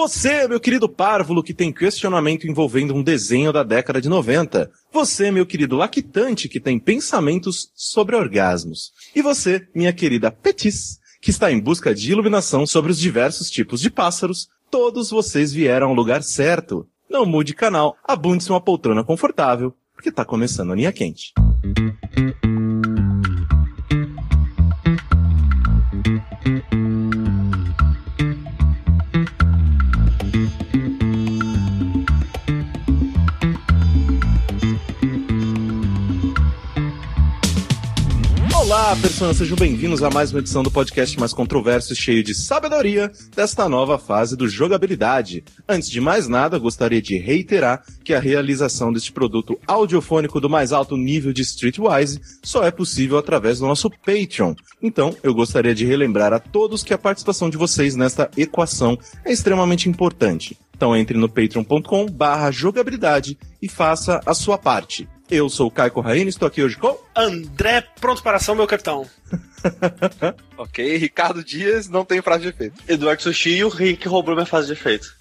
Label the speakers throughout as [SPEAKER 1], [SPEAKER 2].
[SPEAKER 1] Você, meu querido párvulo, que tem questionamento envolvendo um desenho da década de 90. Você, meu querido lactante, que tem pensamentos sobre orgasmos. E você, minha querida Petis, que está em busca de iluminação sobre os diversos tipos de pássaros. Todos vocês vieram ao lugar certo. Não mude canal, abunde-se uma poltrona confortável, porque tá começando a linha quente. Olá, pessoas, sejam bem-vindos a mais uma edição do podcast mais controverso e cheio de sabedoria desta nova fase do jogabilidade. Antes de mais nada, gostaria de reiterar que a realização deste produto audiofônico do mais alto nível de Streetwise só é possível através do nosso Patreon. Então, eu gostaria de relembrar a todos que a participação de vocês nesta equação é extremamente importante. Então entre no patreon.com barra jogabilidade e faça a sua parte. Eu sou o Caio Corraine, estou aqui hoje com...
[SPEAKER 2] André, pronto para a ação, meu capitão.
[SPEAKER 3] Ok, Ricardo Dias não tem frase de efeito.
[SPEAKER 4] Eduardo Sushi e o Rick roubou minha fase de efeito.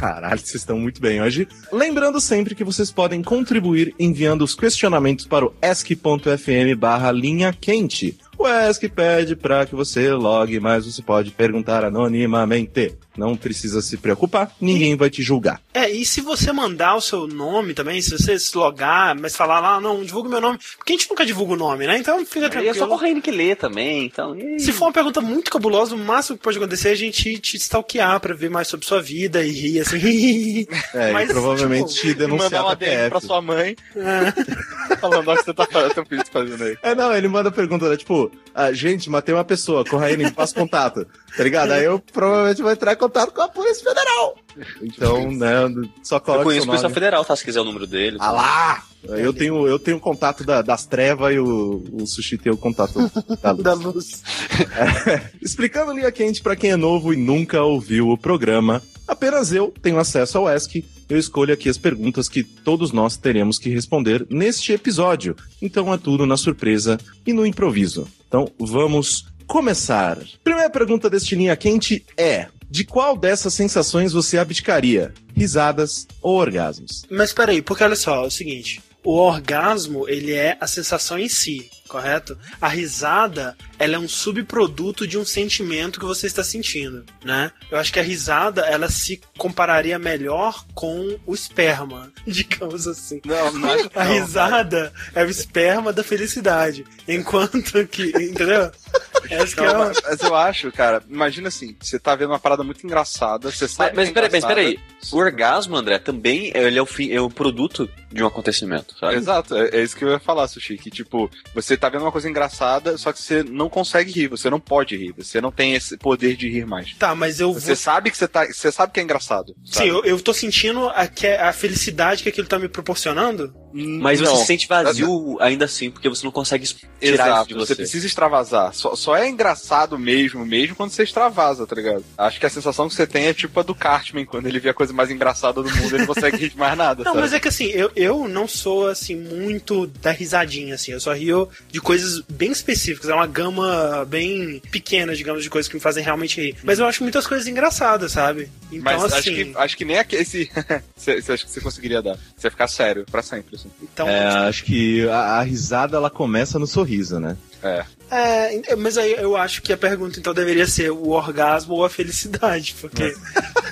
[SPEAKER 1] Caralho, vocês estão muito bem hoje. Lembrando sempre que vocês podem contribuir enviando os questionamentos para o ask.fm barra linha quente. O ESC pede para que você logue, mas você pode perguntar anonimamente. Não precisa se preocupar, ninguém vai te julgar.
[SPEAKER 2] É, e se você mandar o seu nome também, se você se logar, mas falar lá, não, divulga meu nome, porque a gente nunca divulga o nome, né? Então fica
[SPEAKER 4] E é só
[SPEAKER 2] tranquilo.
[SPEAKER 4] correndo que lê também, então. e-
[SPEAKER 2] Se for uma pergunta muito cabulosa, o máximo que pode acontecer é a gente te stalkear pra ver mais sobre sua vida e rir assim.
[SPEAKER 1] É,
[SPEAKER 2] Mas,
[SPEAKER 1] e provavelmente te
[SPEAKER 3] Mandar
[SPEAKER 1] denunciar
[SPEAKER 4] um
[SPEAKER 3] uma
[SPEAKER 1] pra
[SPEAKER 3] DM pra
[SPEAKER 1] PF.
[SPEAKER 3] sua mãe
[SPEAKER 2] É.
[SPEAKER 3] falando, ó, o que você tá fazendo,
[SPEAKER 4] um
[SPEAKER 3] teu filho tá fazendo aí.
[SPEAKER 1] É, não, ele manda pergunta, né? Tipo, ah, gente, matei uma pessoa, Corraine, me passa contato. Tá ligado? Aí eu provavelmente vou entrar em contato com a Polícia Federal. Então, né, só
[SPEAKER 4] Eu
[SPEAKER 1] coloca seu
[SPEAKER 4] conheço o policial
[SPEAKER 1] nome.
[SPEAKER 4] federal, tá? Se quiser o número dele.
[SPEAKER 1] Ah lá! Eu tenho, eu tenho o contato da- das trevas e o, o Sushi tem o contato da luz. É,
[SPEAKER 2] da luz.
[SPEAKER 1] Explicando Linha Quente para quem é novo e nunca ouviu o programa, apenas eu tenho acesso ao ESC. Eu escolho aqui as perguntas que todos nós teremos que responder neste episódio. Então é tudo na surpresa e no improviso. Então vamos começar. Primeira pergunta deste Linha Quente é: de qual dessas sensações você abdicaria? Risadas ou orgasmos?
[SPEAKER 2] Mas peraí, porque olha só, é o seguinte: o orgasmo, ele é a sensação em si, correto? A risada, ela é um subproduto de um sentimento que você está sentindo, né? Eu acho que a risada, ela se compararia melhor com o esperma, digamos assim.
[SPEAKER 3] Não, não acho
[SPEAKER 2] A risada é o esperma da felicidade. Enquanto que. Entendeu? Essa que é
[SPEAKER 3] Não,
[SPEAKER 2] uma...
[SPEAKER 3] mas, mas eu acho, cara, imagina assim, você tá vendo uma parada muito engraçada, você
[SPEAKER 4] Mas,
[SPEAKER 3] sabe
[SPEAKER 4] mas
[SPEAKER 3] que é
[SPEAKER 4] peraí, mas
[SPEAKER 3] engraçada.
[SPEAKER 4] peraí. O orgasmo, André, também é- ele é, o fim, é o produto de um acontecimento, sabe?
[SPEAKER 3] Exato, é, é isso que eu ia falar, Sushi, que tipo, você tá vendo uma coisa engraçada, só que você não consegue rir, você não pode rir, você não tem esse poder de rir mais.
[SPEAKER 2] Tá, mas eu
[SPEAKER 3] Você
[SPEAKER 2] vou.
[SPEAKER 3] sabe que você tá, você sabe que é engraçado.
[SPEAKER 2] Sim, eu, eu tô sentindo a, que- a felicidade que aquilo tá me proporcionando.
[SPEAKER 4] Mas você
[SPEAKER 3] Hum, não.
[SPEAKER 4] se sente vazio ainda assim, porque você não consegue tirar isso de
[SPEAKER 3] Exato,
[SPEAKER 4] você.
[SPEAKER 3] você precisa extravasar. Só, só é engraçado mesmo, mesmo quando você extravasa, tá ligado? Acho que a sensação que você tem é tipo a do Cartman, quando ele vê a coisa mais engraçada do mundo, ele não consegue rir de mais nada,
[SPEAKER 2] Não,
[SPEAKER 3] sabe?
[SPEAKER 2] mas é que assim, eu, eu não sou assim muito da risadinha, assim. Eu só rio de coisas bem específicas. É uma gama bem pequena, digamos, de coisas que me fazem realmente rir. Mas eu acho muitas coisas engraçadas, sabe? Então,
[SPEAKER 3] Mas
[SPEAKER 2] assim.
[SPEAKER 3] acho, que, acho que nem aquele. Esse... você, você acha que você conseguiria dar. Você ia ficar sério pra sempre, assim.
[SPEAKER 2] Então,
[SPEAKER 1] É, acho que a, a risada ela começa no sorriso, né?
[SPEAKER 2] É, mas aí eu acho que a pergunta então deveria ser o orgasmo ou a felicidade,
[SPEAKER 3] É.
[SPEAKER 2] porque.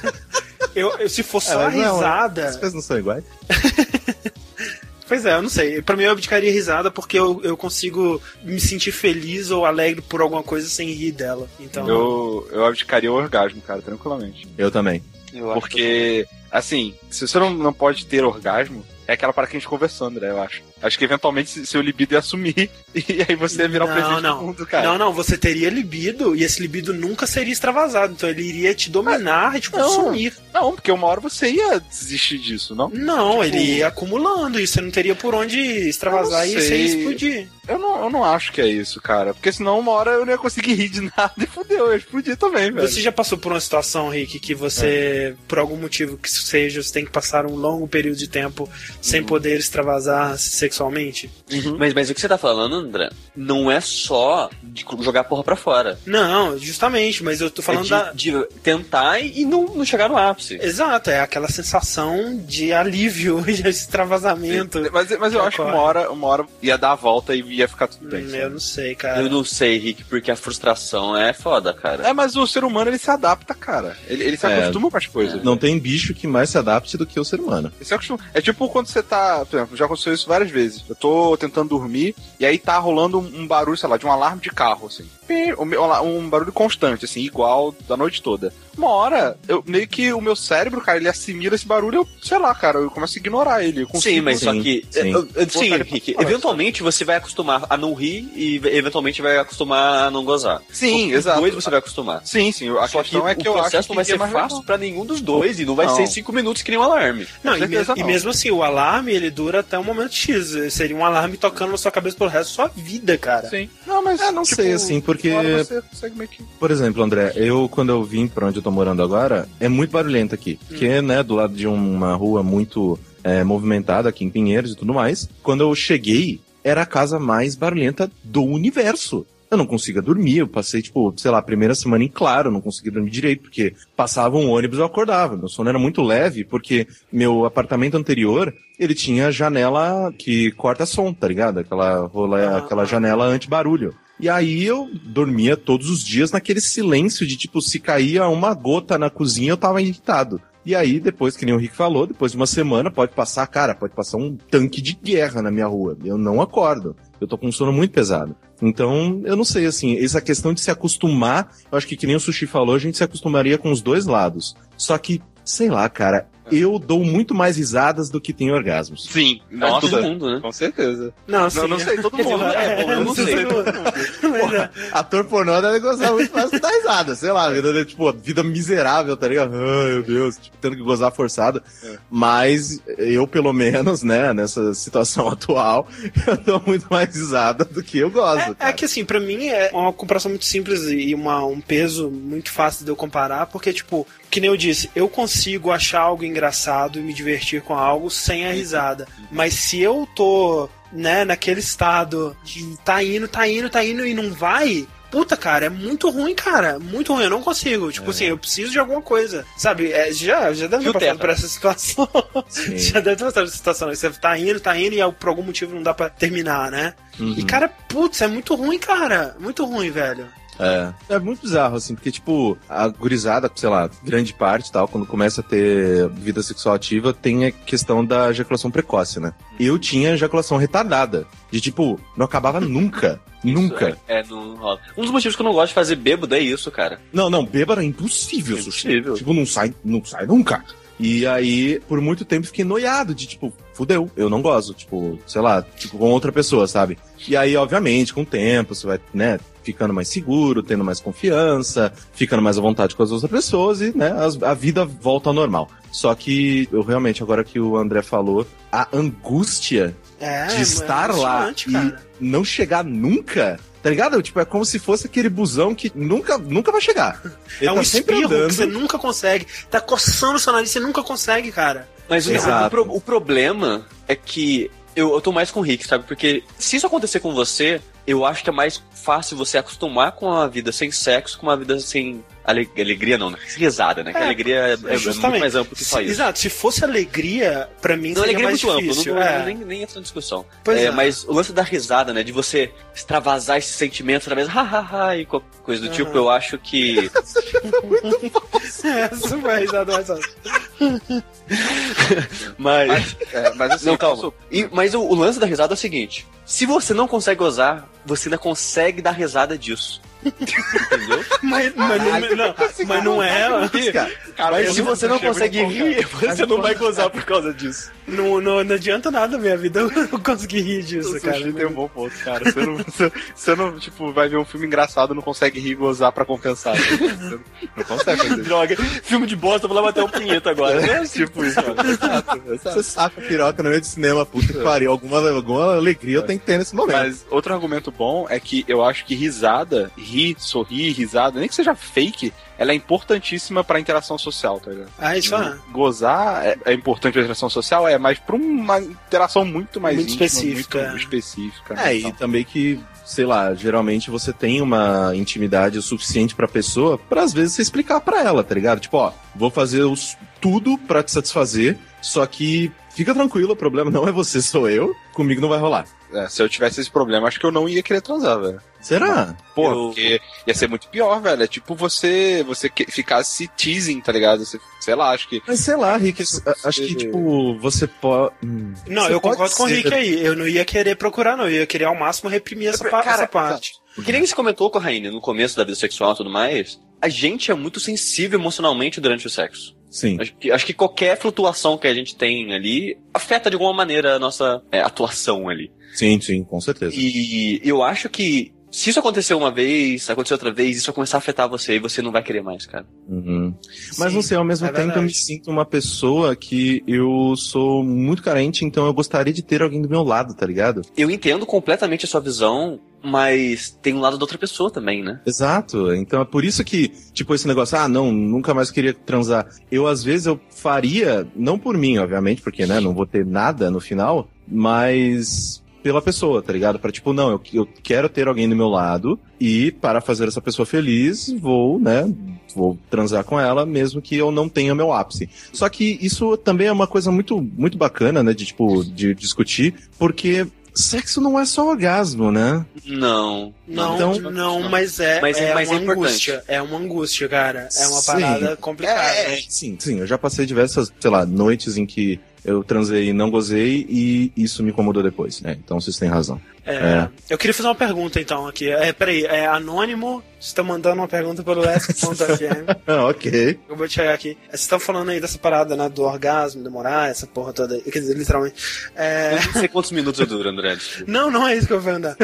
[SPEAKER 2] eu, eu- se for só a
[SPEAKER 1] mas não é uma-
[SPEAKER 2] risada.
[SPEAKER 1] As coisas não são iguais.
[SPEAKER 2] Pois é, eu não sei. Pra mim eu abdicaria risada porque eu, eu consigo me sentir feliz ou alegre por alguma coisa sem rir dela. Então.
[SPEAKER 3] Eu, eu abdicaria o orgasmo, cara, tranquilamente.
[SPEAKER 1] Eu também.
[SPEAKER 4] Eu acho que-
[SPEAKER 3] Porque, assim, se você não, não pode ter orgasmo, é aquela para que a gente conversou, André, eu acho. Acho que eventualmente se- seu libido ia sumir e aí você ia virar um
[SPEAKER 2] Não,
[SPEAKER 3] presente
[SPEAKER 2] não.
[SPEAKER 3] do mundo, cara.
[SPEAKER 2] Não, não, você teria libido e esse libido nunca seria extravasado. Então ele iria te dominar e te
[SPEAKER 3] não.
[SPEAKER 2] consumir.
[SPEAKER 3] Não, porque uma hora você ia desistir disso, não?
[SPEAKER 2] Não, ele ia acumulando e você não teria por onde extravasar
[SPEAKER 3] Tipo, Eu
[SPEAKER 2] e
[SPEAKER 3] não
[SPEAKER 2] você ia
[SPEAKER 3] sei.
[SPEAKER 2] explodir.
[SPEAKER 3] Eu não, eu não acho que é isso, cara. Porque senão uma hora eu não ia conseguir rir de nada e fudeu, eu ia explodir também, velho. É.
[SPEAKER 2] Você já passou por uma situação, Rick, que você, por algum motivo que seja, você tem que passar um longo período de tempo sem
[SPEAKER 3] Hum.
[SPEAKER 2] poder extravasar sexualmente?
[SPEAKER 4] Mas, mas o que você tá falando, André, não é só de jogar a porra pra fora.
[SPEAKER 2] Não, justamente, mas eu tô
[SPEAKER 4] É
[SPEAKER 2] falando
[SPEAKER 4] de,
[SPEAKER 2] da.
[SPEAKER 4] de tentar e não, não chegar no ápice.
[SPEAKER 2] Exato, é aquela sensação de alívio, de extravasamento.
[SPEAKER 3] Mas, mas eu
[SPEAKER 2] Que
[SPEAKER 3] acho que
[SPEAKER 2] ocorre.
[SPEAKER 3] uma hora, uma hora ia dar a volta e ia ficar tudo bem.
[SPEAKER 2] Hum,
[SPEAKER 3] sabe?
[SPEAKER 2] eu não sei, cara.
[SPEAKER 4] Eu não sei, Rick, porque a frustração é foda, cara.
[SPEAKER 3] É, mas o ser humano ele se adapta, cara. Ele, ele se
[SPEAKER 1] É.
[SPEAKER 3] acostuma com as coisas.
[SPEAKER 1] Não tem bicho que mais se adapte do que o ser humano.
[SPEAKER 3] Ele se acostuma. É tipo quando você tá. Por exemplo, já aconteceu isso várias vezes. Eu tô tentando dormir e aí tá rolando um, um barulho, sei lá, de um alarme de carro, assim. Pi, Um, um barulho constante, assim, igual da noite toda. Uma hora, eu meio que o meu cérebro, cara, ele assimila esse barulho, eu, sei lá, cara, eu começo a ignorar ele. Eu consigo-
[SPEAKER 4] Sim, mas só
[SPEAKER 1] sim,
[SPEAKER 4] que.
[SPEAKER 1] sim.
[SPEAKER 4] eu- eu- Sim,
[SPEAKER 3] Botar ele pra
[SPEAKER 4] Rick,
[SPEAKER 3] fora,
[SPEAKER 4] eventualmente você vai acostumar a não rir e eventualmente vai acostumar a não gozar.
[SPEAKER 3] Sim,
[SPEAKER 4] Os
[SPEAKER 3] exato.
[SPEAKER 4] dois você vai acostumar.
[SPEAKER 3] Sim, sim. A
[SPEAKER 4] Só que,
[SPEAKER 3] questão é que
[SPEAKER 4] o
[SPEAKER 3] eu acho
[SPEAKER 4] processo
[SPEAKER 3] que
[SPEAKER 4] não vai ser
[SPEAKER 3] é mais
[SPEAKER 4] fácil pra nenhum dos dois e não vai
[SPEAKER 3] Não.
[SPEAKER 4] ser em cinco minutos que nem um alarme.
[SPEAKER 2] Não,
[SPEAKER 3] Com
[SPEAKER 2] e,
[SPEAKER 3] certeza
[SPEAKER 2] mes- e
[SPEAKER 3] não.
[SPEAKER 2] mesmo assim, o alarme ele dura até um momento X. Seria um alarme tocando na sua cabeça pelo resto da sua vida, cara.
[SPEAKER 3] Sim. Não, mas. tipo,
[SPEAKER 1] É, não sei, assim, porque-
[SPEAKER 3] uma hora Você consegue meio que...
[SPEAKER 1] Por exemplo, André, eu quando eu vim pra onde eu tô morando agora, é muito barulhento aqui. Porque, né, do lado de uma rua muito é, movimentada aqui em Pinheiros e tudo mais, quando eu cheguei, era a casa mais barulhenta do universo. Eu não conseguia dormir, eu passei, tipo, sei lá, a primeira semana em claro, eu não conseguia dormir direito, porque passava um ônibus e eu acordava. Meu sono era muito leve, porque meu apartamento anterior, ele tinha janela que corta som, tá ligado? Aquela, rola,
[SPEAKER 2] Ah.
[SPEAKER 1] aquela janela anti-barulho. E aí eu dormia todos os dias naquele silêncio de tipo, se caía uma gota na cozinha, eu tava irritado. E aí, depois, que nem o Rick falou, depois de uma semana, pode passar, cara, pode passar um tanque de guerra na minha rua. Eu não acordo. Eu tô com um sono muito pesado. Então, eu não sei, assim, essa questão de se acostumar, eu acho que que nem o Sushi falou, a gente se acostumaria com os dois lados. Só que, sei lá, cara, eu dou muito mais risadas do que tenho orgasmos.
[SPEAKER 3] Sim.
[SPEAKER 4] Nossa, todo
[SPEAKER 3] Nossa.
[SPEAKER 4] mundo, né?
[SPEAKER 3] Com certeza.
[SPEAKER 2] Não, assim,
[SPEAKER 3] Não, não sei, todo
[SPEAKER 4] Quer dizer,
[SPEAKER 3] mundo.
[SPEAKER 4] é, bom, eu não sei.
[SPEAKER 2] é,
[SPEAKER 1] Porra, ator pornô deve gozar muito mais que dar risada, sei lá, vida, né, tipo, vida miserável, tá ligado? Ai, meu Deus, tipo, tendo que gozar forçado.
[SPEAKER 3] É.
[SPEAKER 1] Mas eu, pelo menos, né, nessa situação atual, eu dou muito mais risada do que eu gozo.
[SPEAKER 2] É,
[SPEAKER 1] cara.
[SPEAKER 2] é que assim, pra mim é uma comparação muito simples e uma, um peso muito fácil de eu comparar, porque, tipo, que nem eu disse, eu consigo achar algo engraçado e me divertir com algo sem a risada. Mas se eu tô, né, naquele estado de tá indo, tá indo, tá indo e não vai. Puta, cara, é muito ruim, cara. Muito ruim, eu não consigo.
[SPEAKER 1] É.
[SPEAKER 2] Tipo assim, eu preciso de alguma coisa. Sabe? É, já, já deve
[SPEAKER 4] E
[SPEAKER 2] ter
[SPEAKER 4] o
[SPEAKER 2] passado
[SPEAKER 4] Tetra?
[SPEAKER 2] por essa situação.
[SPEAKER 1] Sim.
[SPEAKER 2] já deve ter passado por essa situação. Você tá indo, tá indo e por algum motivo não dá pra terminar, né? E,
[SPEAKER 1] Uhum.
[SPEAKER 2] cara, putz, é muito ruim, cara. Muito ruim, velho.
[SPEAKER 1] É. É muito bizarro, assim, porque, tipo, a gurizada, sei lá, grande parte e tal, quando começa a ter vida sexual ativa, tem a questão da ejaculação precoce, né? Eu tinha ejaculação retardada, de tipo, não acabava nunca, nunca.
[SPEAKER 4] Isso, É, é, não rola. Um dos motivos que eu não gosto de fazer bêbado é isso, cara.
[SPEAKER 1] Não, não, bêbado é impossível, sushi.
[SPEAKER 4] Impossível.
[SPEAKER 1] Tipo, não sai, não sai nunca. E aí, por muito tempo, fiquei noiado de, tipo, fudeu, eu não gosto. Tipo, sei lá, tipo, com outra pessoa, sabe? E aí, obviamente, com o tempo, você vai, né, ficando mais seguro, tendo mais confiança, ficando mais à vontade com as outras pessoas e, né, as- a vida volta ao normal. Só que eu realmente, agora que o André falou, a angústia
[SPEAKER 2] É,
[SPEAKER 1] de estar
[SPEAKER 2] é
[SPEAKER 1] lá
[SPEAKER 2] emocionante,
[SPEAKER 1] e
[SPEAKER 2] cara.
[SPEAKER 1] não chegar nunca, tá ligado? Tipo, é como se fosse aquele busão que nunca, nunca vai chegar. Ele
[SPEAKER 2] é um
[SPEAKER 1] tá sempre
[SPEAKER 2] espirro
[SPEAKER 1] andando.
[SPEAKER 2] que você nunca consegue. Tá coçando o seu nariz, você nunca consegue, cara.
[SPEAKER 4] Mas o,
[SPEAKER 1] Exato.
[SPEAKER 4] o pro- o problema é que eu, eu tô mais com o Rick, sabe? Porque se isso acontecer com você, eu acho que é mais fácil você acostumar com a vida sem sexo, com uma vida sem ale- alegria, não, né? Risada, né? Que
[SPEAKER 2] É,
[SPEAKER 4] alegria é, é
[SPEAKER 2] justamente.
[SPEAKER 4] muito mais amplo que só
[SPEAKER 2] Se-
[SPEAKER 4] isso.
[SPEAKER 2] Exato, se fosse alegria, pra mim seria
[SPEAKER 4] Não, alegria é
[SPEAKER 2] mais
[SPEAKER 4] muito ampla,
[SPEAKER 2] difícil.
[SPEAKER 4] não,
[SPEAKER 2] é.
[SPEAKER 4] não- nem, nem entra na discussão.
[SPEAKER 2] Pois
[SPEAKER 4] É,
[SPEAKER 2] é.
[SPEAKER 4] Mas o lance da risada, né? De você extravasar esse sentimento através ha, ha, ha, e co- coisa do
[SPEAKER 2] Aham.
[SPEAKER 4] tipo, eu acho que.
[SPEAKER 2] É, super risada, mais alta.
[SPEAKER 4] mas.
[SPEAKER 3] É, mas assim,
[SPEAKER 4] Não,
[SPEAKER 3] eu
[SPEAKER 4] calma.
[SPEAKER 3] sou-
[SPEAKER 4] E- mas o, o lance da risada é o seguinte: se você não consegue gozar, você ainda consegue dar risada disso. Entendeu?
[SPEAKER 2] Mas, mas não, mas não, mas não é.
[SPEAKER 3] Cara,
[SPEAKER 4] Mas
[SPEAKER 3] eu
[SPEAKER 4] se você não
[SPEAKER 3] achei muito
[SPEAKER 4] consegue
[SPEAKER 3] bom, cara.
[SPEAKER 4] rir, você não vai gozar por causa disso.
[SPEAKER 2] Não, não, não adianta nada minha vida eu conseguir rir disso,
[SPEAKER 3] Isso,
[SPEAKER 2] cara.
[SPEAKER 3] cara, tem um bom ponto, cara. Você não, você, você não, tipo, vai ver um filme engraçado e não consegue rir e gozar pra compensar. né? Você não consegue fazer isso.
[SPEAKER 4] Droga, filme de bosta, eu vou lá bater um punheta agora. né?
[SPEAKER 3] Tipo isso, cara. Exato, exato.
[SPEAKER 1] Você saca a piroca no meio do cinema, puta que pariu. Alguma, alguma alegria eu tenho que ter nesse momento.
[SPEAKER 3] Mas outro argumento bom é que eu acho que risada, rir, sorrir, risada, nem que seja fake, ela é importantíssima pra interação social, tá ligado?
[SPEAKER 2] Ah, isso é.
[SPEAKER 3] Gozar é, é importante pra interação social, é, mas pra uma interação muito mais
[SPEAKER 2] Muito
[SPEAKER 3] íntima,
[SPEAKER 2] específica,
[SPEAKER 3] muito
[SPEAKER 2] é.
[SPEAKER 3] específica. né?
[SPEAKER 1] É, e
[SPEAKER 3] Então,
[SPEAKER 1] também que, sei lá, geralmente você tem uma intimidade o suficiente pra pessoa pra às vezes você explicar pra ela, tá ligado? Tipo, ó, vou fazer os- tudo pra te satisfazer, só que fica tranquilo, o problema não é você, sou eu, comigo não vai rolar.
[SPEAKER 3] é, se eu tivesse esse problema, acho que eu não ia querer transar, velho.
[SPEAKER 1] Será?
[SPEAKER 3] Porra,
[SPEAKER 4] Eu-
[SPEAKER 3] porque ia ser muito pior, velho. É tipo você, você que- ficar se teasing, tá ligado? Você, sei lá, acho que.
[SPEAKER 1] Mas sei lá, Rick, s- a- acho que, tipo, você hum, pode.
[SPEAKER 2] Não, eu concordo com o Rick aí. Eu não ia querer procurar, não. Eu ia querer ao máximo
[SPEAKER 1] É
[SPEAKER 2] reprimir essa, pa-
[SPEAKER 4] Cara,
[SPEAKER 2] essa parte.
[SPEAKER 4] Que nem você comentou com a Rainha né, no começo da vida sexual e tudo mais, a gente é muito sensível emocionalmente durante o sexo.
[SPEAKER 1] Sim.
[SPEAKER 4] Acho que, acho que qualquer flutuação que a gente tem ali afeta de alguma maneira a nossa é, atuação ali.
[SPEAKER 1] Sim, sim, com certeza.
[SPEAKER 4] E eu acho que se isso aconteceu uma vez, aconteceu outra vez, isso vai começar a afetar você e você não vai querer mais, cara.
[SPEAKER 1] Uhum. Mas
[SPEAKER 2] Sim.
[SPEAKER 1] não sei, ao mesmo
[SPEAKER 2] é
[SPEAKER 1] tempo eu
[SPEAKER 2] verdade.
[SPEAKER 1] me sinto uma pessoa que eu sou muito carente, então eu gostaria de ter alguém do meu lado, tá ligado?
[SPEAKER 4] Eu entendo completamente a sua visão, mas tem um lado da outra pessoa também, né?
[SPEAKER 1] Exato. Então é por isso que, tipo, esse negócio, ah, não, nunca mais queria transar. Eu, às vezes, eu faria, não por mim, obviamente, porque, né, não vou ter nada no final, mas pela pessoa, tá ligado? Pra, tipo, não, eu, eu quero ter alguém do meu lado e, para fazer essa pessoa feliz, vou, né, vou transar com ela, mesmo que eu não tenha meu ápice. Só que isso também é uma coisa muito, muito bacana, né, de, tipo, de discutir, porque sexo não é só orgasmo, né?
[SPEAKER 4] Não.
[SPEAKER 2] Não,
[SPEAKER 1] Então-
[SPEAKER 2] não, mas é,
[SPEAKER 4] Mas-
[SPEAKER 2] é
[SPEAKER 4] mas é
[SPEAKER 2] uma
[SPEAKER 4] importante.
[SPEAKER 2] angústia. É uma angústia, cara. É uma
[SPEAKER 1] Sim.
[SPEAKER 2] parada complicada.
[SPEAKER 1] É, sim, sim. Eu já passei diversas, sei lá, noites em que eu transei e não gozei e isso me incomodou depois, né? Então vocês têm razão.
[SPEAKER 2] É. Eu queria fazer uma pergunta então aqui. É, peraí, é anônimo? Você tá mandando uma pergunta pelo Ask.fm.
[SPEAKER 1] ok.
[SPEAKER 2] Eu vou chegar aqui. É, Vocês estão falando aí dessa parada, né? Do orgasmo, demorar, essa porra toda aí. Quer dizer, literalmente. É,
[SPEAKER 4] Eu não sei quantos minutos eu duro, André.
[SPEAKER 2] Não, não é isso que eu vou andar.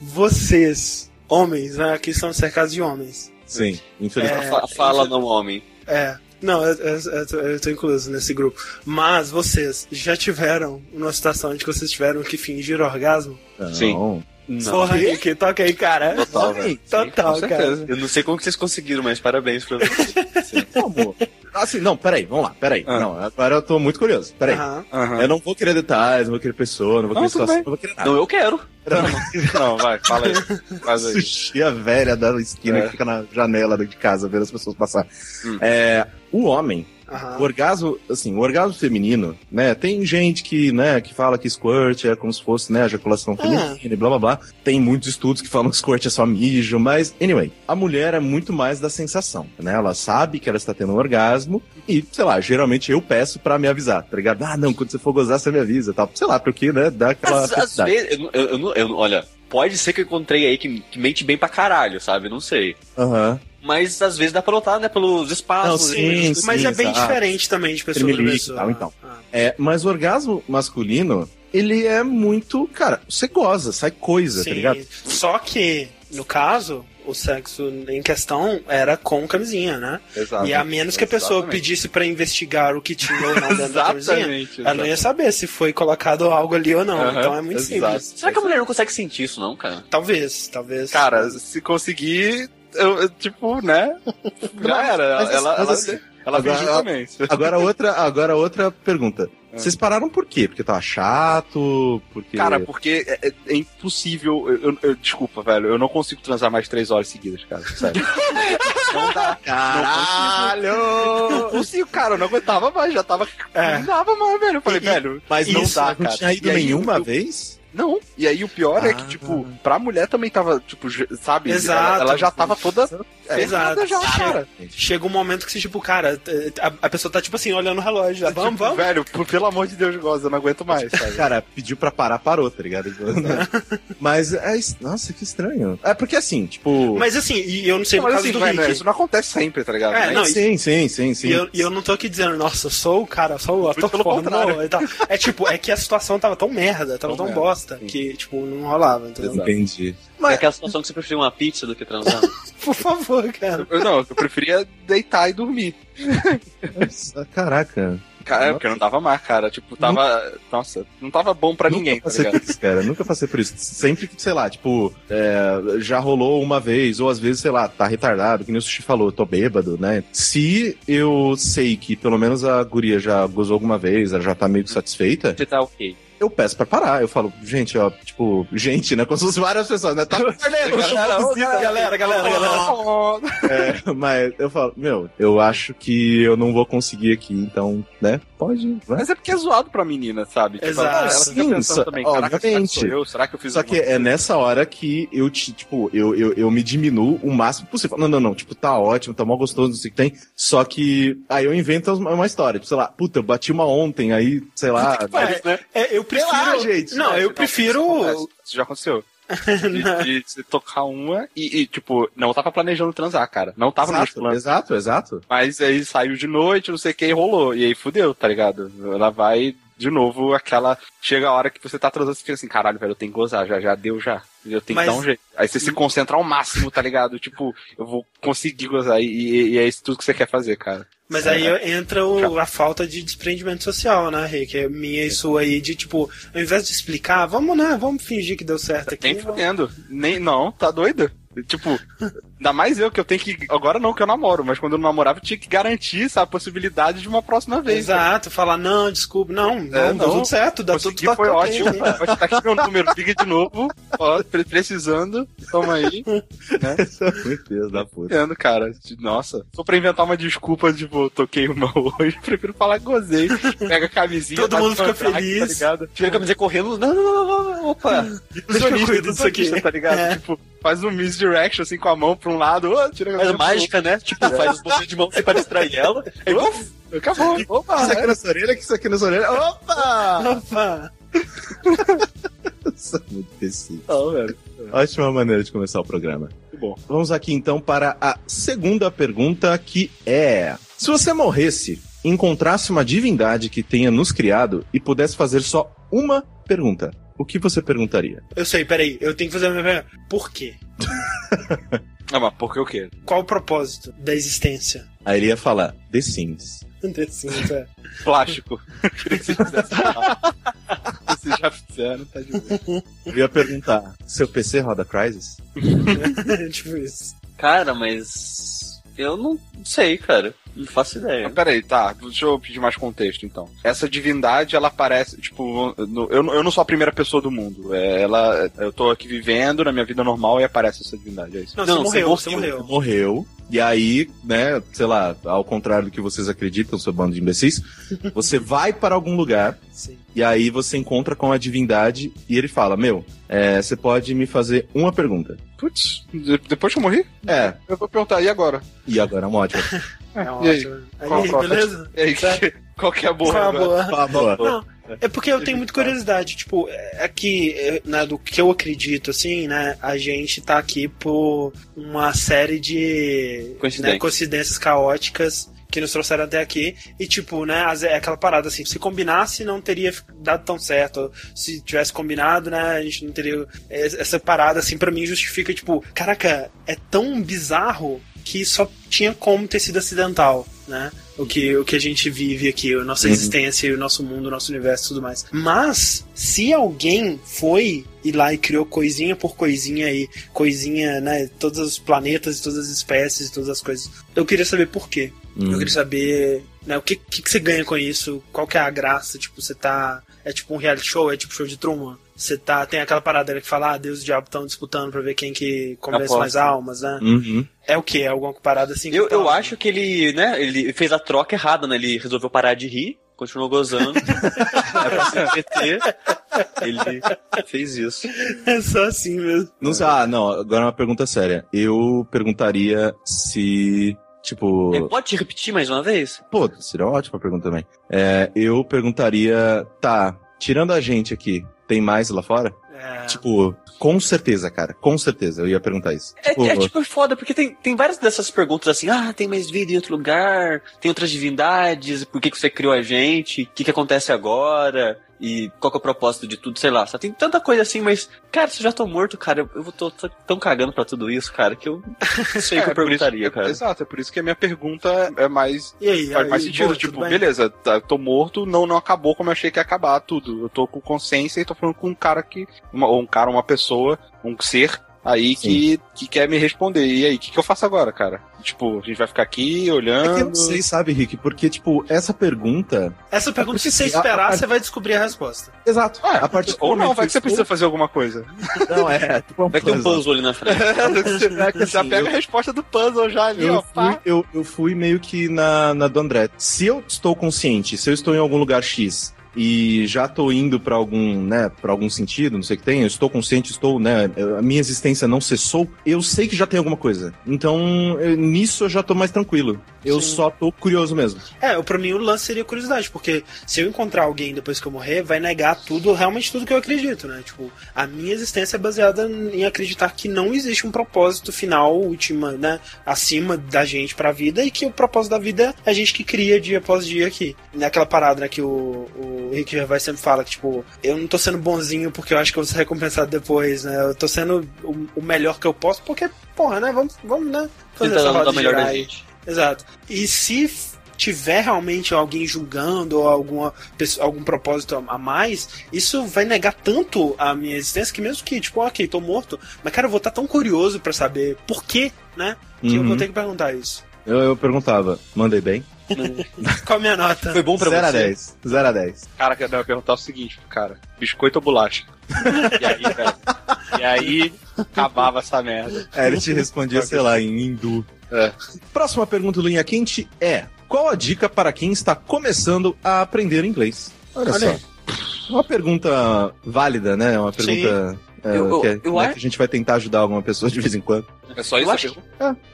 [SPEAKER 2] Vocês, homens, né? Aqui são cercados de homens.
[SPEAKER 1] Sim,
[SPEAKER 4] A
[SPEAKER 1] infelizmente.
[SPEAKER 4] fa- fala não homem.
[SPEAKER 2] É. Não, eu, eu, eu tô- eu tô incluso nesse grupo. Mas vocês já tiveram uma situação de que vocês tiveram que fingir orgasmo?
[SPEAKER 3] É,
[SPEAKER 1] Não.
[SPEAKER 4] Sim. Não.
[SPEAKER 2] Porra, que toca aí, cara.
[SPEAKER 4] Total, velho.
[SPEAKER 2] Total, cara.
[SPEAKER 4] Eu não sei como que vocês conseguiram, mas parabéns pra vocês.
[SPEAKER 1] Como? Assim, não, peraí, vamos lá, peraí.
[SPEAKER 3] Ah.
[SPEAKER 1] Não, agora eu tô muito curioso. Peraí.
[SPEAKER 2] Aham.
[SPEAKER 3] Aham.
[SPEAKER 1] Eu não vou querer detalhes, não vou querer pessoa, não vou querer
[SPEAKER 3] Não, tudo
[SPEAKER 1] situação,
[SPEAKER 3] bem.
[SPEAKER 1] não vou querer nada.
[SPEAKER 4] Não, eu quero.
[SPEAKER 3] Não, vai, fala aí. Faz aí.
[SPEAKER 1] Sushi, a velha da esquina
[SPEAKER 3] É.
[SPEAKER 1] que fica na janela de casa, vendo as pessoas passar.
[SPEAKER 4] Hum.
[SPEAKER 1] É, o homem, O
[SPEAKER 2] Aham.
[SPEAKER 1] orgasmo, assim, o orgasmo feminino, né? Tem gente que, né, que fala que squirt é como se fosse, né, ejaculação
[SPEAKER 4] Ah.
[SPEAKER 1] feminina e blá blá blá. Tem muitos estudos que falam que squirt é só mijo, mas, anyway, a mulher é muito mais da sensação, né? Ela sabe que ela está tendo um orgasmo e, sei lá, geralmente eu peço pra me avisar, tá ligado? Ah, não, quando você for gozar, você me avisa, tal. Sei lá, porque, né, dá aquela.
[SPEAKER 4] Às, às
[SPEAKER 1] felicidade.
[SPEAKER 4] vezes, eu, não- eu, não- eu não- olha, pode ser que eu encontrei aí que, que mente bem pra caralho, sabe? Não sei.
[SPEAKER 1] Aham.
[SPEAKER 4] Mas às vezes dá pra notar, né? Pelos
[SPEAKER 1] Não,
[SPEAKER 4] espaços.
[SPEAKER 1] sim, sim.
[SPEAKER 2] Mas é bem
[SPEAKER 1] exato.
[SPEAKER 2] diferente também de pessoa pra
[SPEAKER 1] Tremelique e
[SPEAKER 2] pessoa.
[SPEAKER 1] tal, então.
[SPEAKER 2] Ah.
[SPEAKER 1] É, mas o orgasmo masculino, ele é muito. Cara, você goza, sai coisa, tá
[SPEAKER 2] Sim.
[SPEAKER 1] ligado?
[SPEAKER 2] Só que, no caso, o sexo em questão era com camisinha, né?
[SPEAKER 3] Exato.
[SPEAKER 2] e a menos que a pessoa
[SPEAKER 3] Tá. Exatamente.
[SPEAKER 2] pedisse pra investigar o que tinha ou não dentro da camisinha,
[SPEAKER 3] Exatamente.
[SPEAKER 2] ela não ia saber se foi colocado algo ali ou não.
[SPEAKER 3] Aham,
[SPEAKER 2] Então é muito
[SPEAKER 3] exato.
[SPEAKER 2] simples.
[SPEAKER 4] Será que a mulher não consegue sentir isso, não, cara?
[SPEAKER 2] Talvez, talvez.
[SPEAKER 3] Cara, se conseguir, eu- eu, tipo, né? Já era.
[SPEAKER 1] Mas-
[SPEAKER 3] ela ela,
[SPEAKER 1] mas-
[SPEAKER 3] ela
[SPEAKER 1] mas-
[SPEAKER 3] fingiu
[SPEAKER 1] ela-
[SPEAKER 3] também.
[SPEAKER 1] Agora outra, agora outra pergunta.
[SPEAKER 3] É.
[SPEAKER 1] Vocês pararam por quê? Porque tava chato, porque
[SPEAKER 3] Cara, porque é, é- é impossível. eu- eu- eu- desculpa, velho. Eu não consigo transar mais três horas seguidas, cara. Sério. não dá. Não consigo, cara. Eu não aguentava mais. Já tava.
[SPEAKER 2] É.
[SPEAKER 3] Não dava mais, velho. Eu falei,
[SPEAKER 1] E-
[SPEAKER 3] velho.
[SPEAKER 1] mas não
[SPEAKER 3] isso,
[SPEAKER 1] dá,
[SPEAKER 3] não
[SPEAKER 1] cara.
[SPEAKER 3] tinha ido nenhuma
[SPEAKER 1] vez?
[SPEAKER 3] Não. E aí o pior é que,
[SPEAKER 1] Ah.
[SPEAKER 3] tipo, pra mulher também tava, tipo, j- sabe?
[SPEAKER 2] Exato.
[SPEAKER 3] Ela, ela já tava toda. É,
[SPEAKER 2] Exato.
[SPEAKER 3] já, cara.
[SPEAKER 2] Chega um momento que você, tipo, cara, t- a, a pessoa tá, tipo assim, olhando o relógio. já, Vamos,
[SPEAKER 3] Tipo,
[SPEAKER 2] vamos.
[SPEAKER 3] Velho, p- pelo amor de Deus, goza, eu não aguento mais,
[SPEAKER 2] Tá
[SPEAKER 3] sabe?
[SPEAKER 1] Cara, pediu pra parar, parou, tá ligado? Mas é. es- Nossa, que estranho. É porque assim, tipo.
[SPEAKER 2] Mas assim, e eu não sei
[SPEAKER 3] Não,
[SPEAKER 2] por
[SPEAKER 3] mas
[SPEAKER 2] causa
[SPEAKER 3] assim,
[SPEAKER 2] do
[SPEAKER 3] vai,
[SPEAKER 2] Rick.
[SPEAKER 3] né, isso não acontece sempre, tá ligado?
[SPEAKER 2] É,
[SPEAKER 3] Né?
[SPEAKER 2] não, isso-
[SPEAKER 1] sim, sim, sim, sim.
[SPEAKER 2] E eu, e eu não tô aqui dizendo, nossa, eu sou o cara, sou o ator
[SPEAKER 3] pelo
[SPEAKER 2] pornô
[SPEAKER 3] contrário.
[SPEAKER 2] e tal. É tipo, é que a situação tava tão merda, tava tão,
[SPEAKER 3] Tão merda,
[SPEAKER 2] bosta,
[SPEAKER 3] sim.
[SPEAKER 2] que, tipo, não rolava, entendeu?
[SPEAKER 1] Entendi.
[SPEAKER 4] É aquela situação que você prefere uma pizza do que transar.
[SPEAKER 2] Por favor, cara.
[SPEAKER 3] Eu, não, eu preferia deitar e dormir.
[SPEAKER 1] Nossa, Caraca.
[SPEAKER 3] Cara, é porque eu não dava mais, cara. Tipo, tava. Nossa, não tava bom pra
[SPEAKER 1] nunca
[SPEAKER 3] ninguém, tá
[SPEAKER 1] passei
[SPEAKER 3] ligado?
[SPEAKER 1] por isso, cara. Nunca passei por isso. Sempre que, sei lá, tipo, é, já rolou uma vez, ou às vezes, sei lá, tá retardado, que nem o Sushi falou, tô bêbado, né? Se eu sei que pelo menos a guria já gozou alguma vez, ela já tá meio que satisfeita,
[SPEAKER 4] Você tá ok.
[SPEAKER 1] eu peço pra parar. Eu falo, gente, ó, tipo, gente, né? Como se fossem várias pessoas, né? Tá
[SPEAKER 2] Galera, galera, galera.
[SPEAKER 1] É, mas eu falo, meu, eu acho que eu não vou conseguir aqui, então, né? Pode, vai.
[SPEAKER 3] Mas é porque é zoado pra menina, sabe? Tipo,
[SPEAKER 2] Exato.
[SPEAKER 3] ela, ela
[SPEAKER 1] Sim,
[SPEAKER 3] fica pensando
[SPEAKER 1] só-
[SPEAKER 3] também, caraca, será que
[SPEAKER 1] obviamente.
[SPEAKER 3] sou eu? Será que eu fiz
[SPEAKER 1] Só que
[SPEAKER 3] alguma
[SPEAKER 1] é nessa hora que eu te, tipo, eu, eu, eu me diminuo o máximo possível. Não, não, não. Tipo, tá ótimo, tá mó gostoso, não sei o que tem. Só que aí eu invento uma uma história. Tipo, sei lá, puta, eu bati uma ontem, aí, sei lá.
[SPEAKER 3] coisa? Mas, né?
[SPEAKER 2] É, eu prefiro.
[SPEAKER 1] lá, gente.
[SPEAKER 2] Não, eu
[SPEAKER 3] Não,
[SPEAKER 2] prefiro.
[SPEAKER 3] Isso já aconteceu. De, de se tocar uma e, e, tipo, não tava planejando transar, cara. Não tava nos
[SPEAKER 1] exato,
[SPEAKER 3] planos.
[SPEAKER 1] exato, exato.
[SPEAKER 3] Mas aí saiu de noite, não sei o que, e rolou. E aí fudeu, tá ligado? Ela vai de novo aquela. Chega a hora que você tá transando, você fica assim, caralho, velho, eu tenho que gozar, já, já deu, já. Eu tenho
[SPEAKER 2] Mas-
[SPEAKER 3] que dar um jeito. Aí você se concentra ao máximo, tá ligado? Tipo, eu vou conseguir gozar. E, e- e é isso tudo que você quer fazer, cara.
[SPEAKER 2] Mas aí entra o- a falta de desprendimento social, né, Rick? É minha e sua aí, de tipo, ao invés de explicar, vamos, né, vamos fingir que deu certo aqui.
[SPEAKER 3] Nem
[SPEAKER 2] vamos-
[SPEAKER 3] fudendo. Nem, não, tá doido? Tipo, ainda mais eu que eu tenho que. Agora não que eu namoro, mas quando eu namorava eu tinha que garantir sabe, a possibilidade de uma próxima vez.
[SPEAKER 2] Exato, falar, não, desculpa, não, não, deu
[SPEAKER 3] É, não.
[SPEAKER 2] tudo certo, dá tudo
[SPEAKER 3] Consegui, foi
[SPEAKER 2] tá- tá bem,
[SPEAKER 3] ótimo.
[SPEAKER 2] né?
[SPEAKER 3] Pode estar aqui meu número, liga de novo. Ó, pre- precisando, toma aí.
[SPEAKER 1] Meu Deus da puta.
[SPEAKER 3] Entendo, cara. Nossa, só pra inventar uma desculpa, tipo, eu toquei uma hoje, prefiro falar que gozei. Pega a camisinha.
[SPEAKER 2] Todo
[SPEAKER 3] bate
[SPEAKER 2] mundo fica
[SPEAKER 3] uma draga,
[SPEAKER 2] feliz.
[SPEAKER 3] Tá ligado?
[SPEAKER 4] Chega a camiseta correndo. Não, não, não, não, não. Opa!
[SPEAKER 2] Deixa eu
[SPEAKER 3] Ilusionista,
[SPEAKER 2] cuido disso aqui.
[SPEAKER 3] ilusionista, Tá ligado?
[SPEAKER 2] É.
[SPEAKER 3] Tipo, faz um misdirection assim com a mão pra um lado. Ô, tira a
[SPEAKER 4] Faz
[SPEAKER 3] camisinha pro
[SPEAKER 4] mágica, né? Tipo, faz os bolsos de mão pra distrair ela. É igual
[SPEAKER 3] outro. Acabou. Opa,
[SPEAKER 1] Isso aqui na sua orelha, que isso aqui na sua orelha. Opa!
[SPEAKER 2] Opa.
[SPEAKER 1] Nossa, muito imbecil.
[SPEAKER 3] Não, velho.
[SPEAKER 1] Ótima maneira de começar o programa.
[SPEAKER 3] Muito bom.
[SPEAKER 1] Vamos aqui então para a segunda pergunta, que é: Se você morresse, encontrasse uma divindade que tenha nos criado e pudesse fazer só uma pergunta, o que você perguntaria?
[SPEAKER 2] Eu sei, peraí, eu tenho que fazer a minha pergunta. Por quê?
[SPEAKER 3] Não, mas por que o quê?
[SPEAKER 2] Qual o propósito da existência?
[SPEAKER 1] Aí ele ia falar: The Sims.
[SPEAKER 2] Desse mundo, é.
[SPEAKER 3] Plástico. Queria que você fizesse. Vocês já fizeram, tá de boa.
[SPEAKER 1] Eu ia perguntar: Seu PC roda Crysis?
[SPEAKER 2] tipo isso.
[SPEAKER 4] Cara, mas. Eu não sei, cara. Não faço ideia.
[SPEAKER 3] Mas Peraí, tá, deixa eu pedir mais contexto então. Essa divindade, ela aparece, tipo, no- eu, não- eu não sou a primeira pessoa do mundo. É, ela, eu tô aqui vivendo na minha vida normal e aparece essa divindade, é isso.
[SPEAKER 2] Não,
[SPEAKER 4] Não,
[SPEAKER 2] você, morreu,
[SPEAKER 4] você
[SPEAKER 2] você
[SPEAKER 4] morreu.
[SPEAKER 2] morreu.
[SPEAKER 1] Então, Morreu. E aí, né, sei lá, ao contrário do que vocês acreditam, seu bando de imbecis, você vai para algum lugar
[SPEAKER 2] Sim.
[SPEAKER 1] E aí você encontra com a divindade e ele fala: Meu, é, você pode me fazer uma pergunta.
[SPEAKER 3] Putz, de- depois que eu morri,
[SPEAKER 1] É,
[SPEAKER 3] eu vou perguntar, e agora?
[SPEAKER 1] e agora é uma ótima.
[SPEAKER 2] É
[SPEAKER 3] e aí?
[SPEAKER 2] ótimo. Aí,
[SPEAKER 3] Qual- qual-
[SPEAKER 2] beleza?
[SPEAKER 3] E aí, que- qual que é a boa?
[SPEAKER 2] Foi uma
[SPEAKER 3] agora?
[SPEAKER 2] boa.
[SPEAKER 1] Fala, boa.
[SPEAKER 2] Não, é porque eu tenho muita curiosidade. Tipo, é que, é, né, do que eu acredito, assim, né? A gente tá aqui por uma série de
[SPEAKER 4] Coincidência.
[SPEAKER 2] né, coincidências caóticas que nos trouxeram até aqui. E, tipo, né? as- É aquela parada assim: se combinasse, não teria dado tão certo. Se tivesse combinado, né? A gente não teria. é, Essa parada, assim, pra mim justifica, tipo, caraca, é tão bizarro que só tinha como ter sido acidental, né? O que, o que a gente vive aqui, a nossa
[SPEAKER 1] Uhum.
[SPEAKER 2] existência, o nosso mundo, o nosso universo e tudo mais. Mas, se alguém foi ir lá e criou coisinha por coisinha e coisinha, né? Todos os planetas, todas as espécies, todas as coisas. Eu queria saber por quê. Eu queria saber, né? O que, que, que você ganha com isso? Qual que é a graça? Tipo, você tá. É tipo um reality show? É tipo show de Truman? Você tá. Tem aquela parada né, que fala, ah, Deus e o diabo estão disputando pra ver quem que convence
[SPEAKER 4] Aposta.
[SPEAKER 2] mais almas, né?
[SPEAKER 1] Uhum.
[SPEAKER 2] É o quê? É alguma parada assim? que
[SPEAKER 4] Eu, eu
[SPEAKER 2] tá-
[SPEAKER 4] acho que ele, né, ele fez a troca errada, né? Ele resolveu parar de rir continuou gozando. é pra se meter. Ele fez isso.
[SPEAKER 2] É só assim mesmo.
[SPEAKER 1] Não sei, ah, não, agora é uma pergunta séria. Eu perguntaria se, tipo...
[SPEAKER 4] É, pode repetir mais uma vez?
[SPEAKER 1] Pô, seria uma ótima pergunta também. É, eu perguntaria, tá, tirando a gente aqui, tem mais lá fora?
[SPEAKER 2] É.
[SPEAKER 1] Tipo, com certeza, cara, com certeza, eu ia perguntar isso.
[SPEAKER 4] É, é tipo foda, porque tem, tem várias dessas perguntas assim, ah, tem mais vida em outro lugar, tem outras divindades, por que, que você criou a gente, o que, que acontece agora, e qual que é o propósito de tudo, sei lá. Só tem tanta coisa assim, mas, cara, se eu já tô morto, cara, eu, eu tô, tô tão cagando pra tudo isso, cara, que eu não sei o que eu
[SPEAKER 3] por isso-
[SPEAKER 4] perguntaria,
[SPEAKER 3] é-
[SPEAKER 4] cara.
[SPEAKER 3] Exato, é por isso que a minha pergunta é mais.
[SPEAKER 2] E aí?
[SPEAKER 3] Faz
[SPEAKER 2] aí,
[SPEAKER 3] mais sentido,
[SPEAKER 2] bom,
[SPEAKER 3] tipo,
[SPEAKER 2] tudo bem?
[SPEAKER 3] beleza, tá, eu tô morto, não, não acabou como eu achei que ia acabar tudo. Eu tô com consciência e tô falando com um cara que. uma- ou um cara, uma pessoa, um ser aí que, que quer me responder. E aí, o que, que eu faço agora, cara? Tipo, a gente vai ficar aqui
[SPEAKER 1] É que eu
[SPEAKER 3] olhando.
[SPEAKER 1] não sei, sabe, Rick? Porque, tipo, essa pergunta.
[SPEAKER 2] Essa pergunta, se você
[SPEAKER 1] A- a-
[SPEAKER 2] esperar,
[SPEAKER 1] a-
[SPEAKER 2] você vai descobrir a resposta.
[SPEAKER 1] Exato.
[SPEAKER 3] Ah,
[SPEAKER 1] é, a partir do
[SPEAKER 3] Ou não,
[SPEAKER 1] momento
[SPEAKER 3] vai que você
[SPEAKER 1] eu
[SPEAKER 3] precisa fazer alguma coisa.
[SPEAKER 1] estou- Não, é. Tipo,
[SPEAKER 4] Vai que tem um puzzle ali na frente.
[SPEAKER 3] Você já pega a resposta do puzzle já ali,
[SPEAKER 1] Eu
[SPEAKER 3] ó. pá.
[SPEAKER 1] fui, eu, eu fui meio que na, na do André. Se eu estou consciente, se eu estou em algum lugar X e já estou indo para algum, né, para algum sentido, não sei o que tem, eu estou consciente, estou, né, a minha existência não cessou, eu sei que já tem alguma coisa. Então, eu- nisso eu já tô mais tranquilo. Eu
[SPEAKER 2] Sim.
[SPEAKER 1] só tô curioso mesmo.
[SPEAKER 2] É, eu- pra mim o lance seria curiosidade, porque se eu encontrar alguém depois que eu morrer, vai negar tudo, realmente tudo que eu acredito, né? Tipo, a minha existência é baseada em acreditar que não existe um propósito final, última, né? Acima da gente pra vida, e que o propósito da vida é a gente que cria dia após dia aqui. Naquela parada, né, que o, o Rick Gervais sempre fala, que tipo, eu não tô sendo bonzinho porque eu acho que eu vou ser recompensado depois, né? Eu tô sendo o, o melhor que eu posso, porque, porra, né? Vamos, vamos né? Fazer essa
[SPEAKER 4] Tentando dar
[SPEAKER 2] roda
[SPEAKER 4] o melhor
[SPEAKER 2] girar
[SPEAKER 4] da
[SPEAKER 2] aí.
[SPEAKER 4] gente.
[SPEAKER 2] Exato. E se f- tiver realmente alguém julgando ou alguma, pesso- algum propósito a a mais, isso vai negar tanto a minha existência que mesmo que, tipo, ok, tô morto, mas cara, eu vou estar tão curioso pra saber por quê, né? Que eu vou
[SPEAKER 1] Uhum.
[SPEAKER 2] ter que perguntar isso.
[SPEAKER 1] Eu, eu perguntava, mandei bem?
[SPEAKER 2] Qual a minha nota?
[SPEAKER 4] Foi bom pra
[SPEAKER 1] 0 a
[SPEAKER 4] você?
[SPEAKER 1] 10. 0 a 10.
[SPEAKER 3] Cara, que eu ia perguntar o seguinte, cara, biscoito ou bolacha? E aí, velho? E aí, acabava essa merda.
[SPEAKER 1] É, ele te respondia, sei lá, em hindu.
[SPEAKER 3] É.
[SPEAKER 1] Próxima pergunta do Linha Quente é: Qual a dica para quem está começando a aprender inglês? Olha,
[SPEAKER 2] Olha
[SPEAKER 1] só. Uma pergunta válida, né? Uma pergunta é,
[SPEAKER 4] Eu- eu-
[SPEAKER 1] que, é-
[SPEAKER 4] eu
[SPEAKER 1] né,
[SPEAKER 4] acho-
[SPEAKER 1] que a gente vai tentar ajudar alguma pessoa de vez em quando.
[SPEAKER 3] É só
[SPEAKER 4] Eu acho-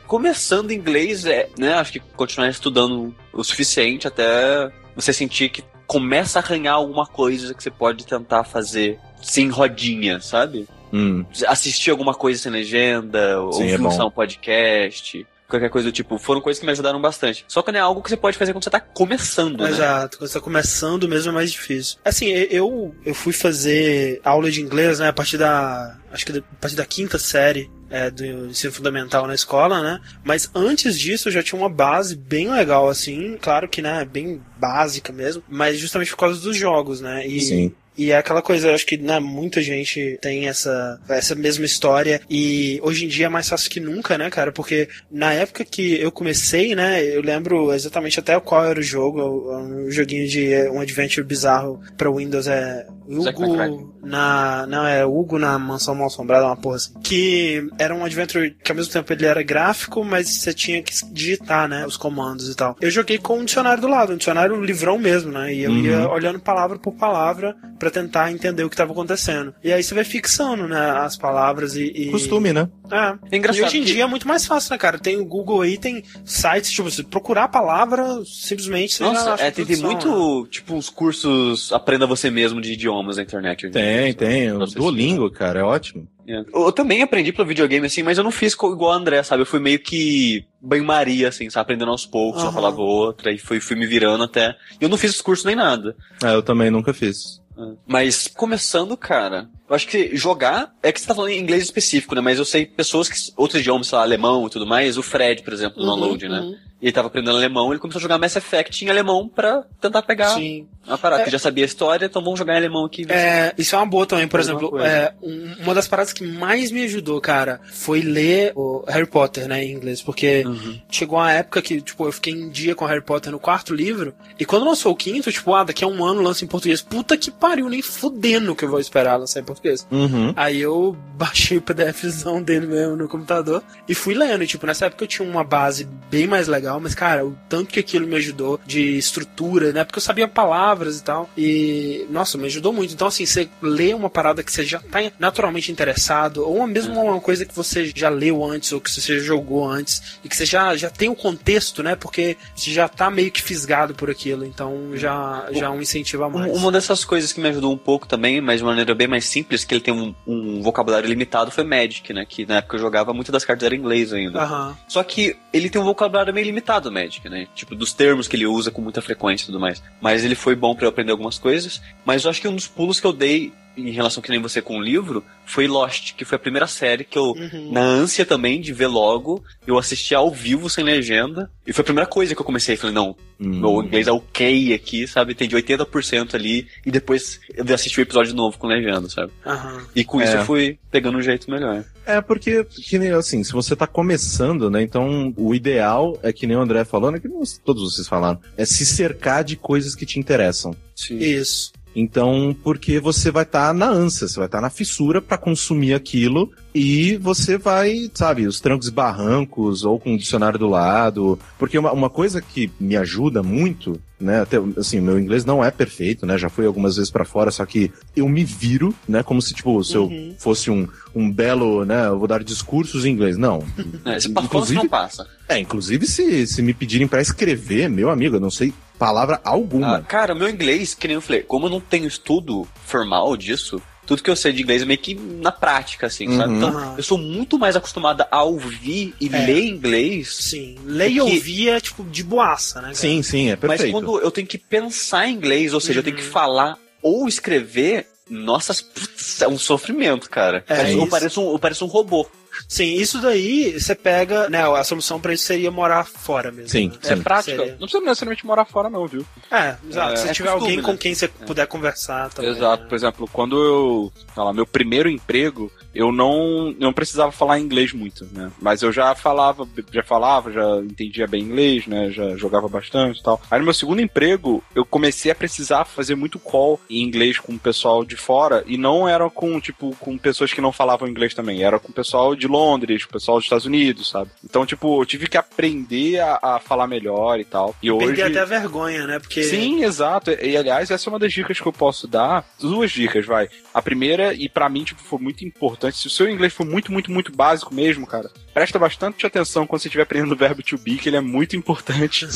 [SPEAKER 4] começando inglês é, né? Acho que continuar estudando o suficiente até você sentir que começa a arranhar alguma coisa que você pode tentar fazer sem rodinha, sabe?
[SPEAKER 1] Hum,
[SPEAKER 4] Assistir alguma coisa sem legenda, ou
[SPEAKER 1] Sim, é
[SPEAKER 4] ouvir
[SPEAKER 1] bom.
[SPEAKER 4] um sound podcast, qualquer coisa do tipo. Foram coisas que me ajudaram bastante. Só que não é algo que você pode fazer quando você tá começando, né?
[SPEAKER 2] Exato, quando você tá começando mesmo é mais difícil. Assim, e- eu, eu fui fazer aula de inglês, né, a partir da. Acho que da- a partir da quinta série é, do ensino fundamental na escola, né? Mas antes disso eu já tinha uma base bem legal, assim, claro que, né, bem básica mesmo, mas justamente por causa dos jogos, né? E,
[SPEAKER 1] sim.
[SPEAKER 2] e é aquela coisa, eu acho que né, muita gente tem essa, essa mesma história. E hoje em dia é mais fácil que nunca, né, cara? Porque na época que eu comecei, né, eu lembro exatamente até qual era o jogo. Um joguinho de é, um adventure bizarro pra Windows é.
[SPEAKER 4] Zack
[SPEAKER 2] Hugo na. Não, é Hugo na Mansão Mal Assombrada, uma porra assim. Que era um adventure que ao mesmo tempo ele era gráfico, mas você tinha que digitar, né, os comandos e tal. Eu joguei com um dicionário do lado, um dicionário livrão mesmo, né? E eu
[SPEAKER 1] Uhum.
[SPEAKER 2] ia olhando palavra por palavra pra tentar entender o que tava acontecendo. E aí você vai fixando, né, as palavras e. e...
[SPEAKER 1] Costume, né?
[SPEAKER 2] É.
[SPEAKER 4] É engraçado
[SPEAKER 2] E hoje em
[SPEAKER 4] que-
[SPEAKER 2] dia é muito mais fácil, né, cara? Tem o Google aí, tem sites, tipo, se procurar a palavra, simplesmente você já
[SPEAKER 4] Nossa,
[SPEAKER 2] acha
[SPEAKER 4] é, tem, tem
[SPEAKER 2] tradução, né?
[SPEAKER 4] muito, tipo, uns cursos Aprenda Você Mesmo de idiomas na internet. hoje em
[SPEAKER 1] Tem,
[SPEAKER 4] dia.
[SPEAKER 1] tem. O
[SPEAKER 4] Não sei se-
[SPEAKER 1] Duolingo, cara, é ótimo.
[SPEAKER 4] É. Eu também aprendi pelo videogame, assim, mas eu não fiz co- igual o André, sabe? Eu fui meio que banho-maria, assim, sabe? Aprendendo aos poucos, uma
[SPEAKER 2] Aham.
[SPEAKER 4] falava outra, e fui, fui me virando até. E eu não fiz esse curso nem nada.
[SPEAKER 1] Ah, eu também nunca fiz.
[SPEAKER 2] É.
[SPEAKER 4] né? Mas começando, cara, eu acho que jogar. É que você tá falando em inglês específico, né? Mas eu sei pessoas que. Outros idiomas, sei lá, alemão e tudo mais. O Fred, por exemplo, do
[SPEAKER 2] Uhum,
[SPEAKER 4] download, né?
[SPEAKER 2] uhum.
[SPEAKER 4] E ele tava aprendendo alemão, ele começou a jogar Mass Effect em alemão pra tentar pegar
[SPEAKER 2] Sim.
[SPEAKER 4] a parada.
[SPEAKER 2] É.
[SPEAKER 4] que já sabia a história, então vamos jogar em alemão aqui.
[SPEAKER 2] É, isso é uma boa também, por
[SPEAKER 4] Mesma
[SPEAKER 2] exemplo,
[SPEAKER 4] coisa.
[SPEAKER 2] é, um- uma das paradas que mais me ajudou, cara, foi ler o Harry Potter, né, em inglês, porque
[SPEAKER 4] Uhum.
[SPEAKER 2] chegou uma época que, tipo, eu fiquei em dia com Harry Potter no quarto livro, e quando lançou o quinto, tipo, ah, daqui a um ano lança em português, puta que pariu, nem fudendo que eu vou esperar lançar em português.
[SPEAKER 1] Uhum.
[SPEAKER 2] Aí eu baixei o PDFzão dele mesmo no computador e fui lendo. E, tipo, nessa época eu tinha uma base bem mais legal, mas, cara, o tanto que aquilo me ajudou de estrutura, né? Porque eu sabia palavras e tal. E, nossa, me ajudou muito. Então, assim, você lê uma parada que você já tá naturalmente interessado, ou mesmo uma coisa que você já leu antes, ou que você já jogou antes, e que você já, já tem o contexto, né? Porque você já tá meio que fisgado por aquilo. Então, já, já é um incentivo a mais.
[SPEAKER 4] Uma dessas coisas que me ajudou um pouco também, mas de uma maneira bem mais simples, que ele tem um, um vocabulário limitado, foi Magic, né? Que na época eu jogava, muitas das cartas eram em inglês ainda.
[SPEAKER 2] Aham.
[SPEAKER 4] Só que ele tem um vocabulário meio limitado, Magic, né? Tipo, dos termos que ele usa com muita frequência e tudo mais. Mas ele foi bom pra eu aprender algumas coisas. Mas eu acho que um dos pulos que eu dei em relação que nem você com o livro foi Lost, que foi a primeira série que eu,
[SPEAKER 2] Uhum.
[SPEAKER 4] na ânsia também de ver logo, eu assisti ao vivo sem legenda. E foi a primeira coisa que eu comecei. Falei, não, meu
[SPEAKER 1] Hum.
[SPEAKER 4] inglês é ok aqui, sabe? Tem de 80% ali. E depois eu assisti o episódio novo com legenda, sabe?
[SPEAKER 2] Aham.
[SPEAKER 4] E com isso
[SPEAKER 1] É.
[SPEAKER 4] eu fui pegando um jeito melhor.
[SPEAKER 1] É, porque, que nem assim, se você tá começando, né? Então, o ideal é que nem o André falou, né? Que nem os- todos vocês falaram, é se cercar de coisas que te interessam.
[SPEAKER 4] Sim.
[SPEAKER 2] Isso.
[SPEAKER 1] Então, porque você vai estar na ânsia, você vai estar na fissura pra consumir aquilo e você vai, sabe, os trancos e barrancos ou com o dicionário do lado. Porque uma, uma coisa que me ajuda muito, né, até, assim, meu inglês não é perfeito, né, já fui algumas vezes pra fora, só que eu me viro, né, como se, tipo, se
[SPEAKER 2] Uhum.
[SPEAKER 1] eu fosse um, um belo, né, eu vou dar discursos em inglês. Não,
[SPEAKER 4] É, você passa,
[SPEAKER 1] Inclusive-
[SPEAKER 4] você não passa.
[SPEAKER 1] é, inclusive se, se me pedirem pra escrever, meu amigo, eu não sei palavra
[SPEAKER 4] Ah,
[SPEAKER 1] alguma.
[SPEAKER 4] cara, meu inglês, que nem eu falei, como eu não tenho estudo formal disso, tudo que eu sei de inglês é meio que na prática, assim, sabe?
[SPEAKER 1] Uhum.
[SPEAKER 4] Então,
[SPEAKER 2] Aham.
[SPEAKER 4] eu sou muito mais acostumada a ouvir e
[SPEAKER 2] É.
[SPEAKER 4] ler inglês.
[SPEAKER 2] Sim. Ler e
[SPEAKER 4] Porque-
[SPEAKER 2] ouvir é, tipo, de boaça, né? cara?
[SPEAKER 1] Sim, sim, é perfeito.
[SPEAKER 4] Mas quando eu tenho que pensar em inglês, ou seja, eu tenho que falar ou escrever, nossa, putz, é um sofrimento, cara.
[SPEAKER 2] É,
[SPEAKER 4] Parece- eu,
[SPEAKER 2] isso.
[SPEAKER 4] pareço um, eu pareço um robô.
[SPEAKER 2] Sim, isso daí você pega, né? A solução pra isso seria morar fora mesmo.
[SPEAKER 1] Sim,
[SPEAKER 2] né?
[SPEAKER 1] sim.
[SPEAKER 4] É prática.
[SPEAKER 2] Seria.
[SPEAKER 3] Não precisa necessariamente morar fora, não, viu?
[SPEAKER 2] É, exato.
[SPEAKER 4] É,
[SPEAKER 2] Se
[SPEAKER 4] é
[SPEAKER 2] tiver
[SPEAKER 4] costume,
[SPEAKER 2] alguém
[SPEAKER 4] né?
[SPEAKER 2] com quem você puder conversar também.
[SPEAKER 3] Exato.
[SPEAKER 2] né?
[SPEAKER 3] Por exemplo, quando eu. Sei lá, meu primeiro emprego, eu não, não precisava falar inglês muito, né? Mas eu já falava, já falava, já entendia bem inglês, né? Já jogava bastante e tal. Aí no meu segundo emprego, eu comecei a precisar fazer muito call em inglês com o pessoal de fora. E não era com, tipo, com pessoas que não falavam inglês também. Era com o pessoal de Londres, com o pessoal dos Estados Unidos, sabe? Então, tipo, eu tive que aprender a, a falar melhor e tal. E hoje.
[SPEAKER 2] Perder até a vergonha, né? Porque.
[SPEAKER 3] Sim, exato. E, e, aliás, essa é uma das dicas que eu posso dar. Duas dicas, vai. A primeira, e pra mim, tipo, foi muito importante. Se o seu inglês for muito, muito, muito básico mesmo, cara, presta bastante atenção quando você estiver aprendendo o verbo to be, que ele é muito importante.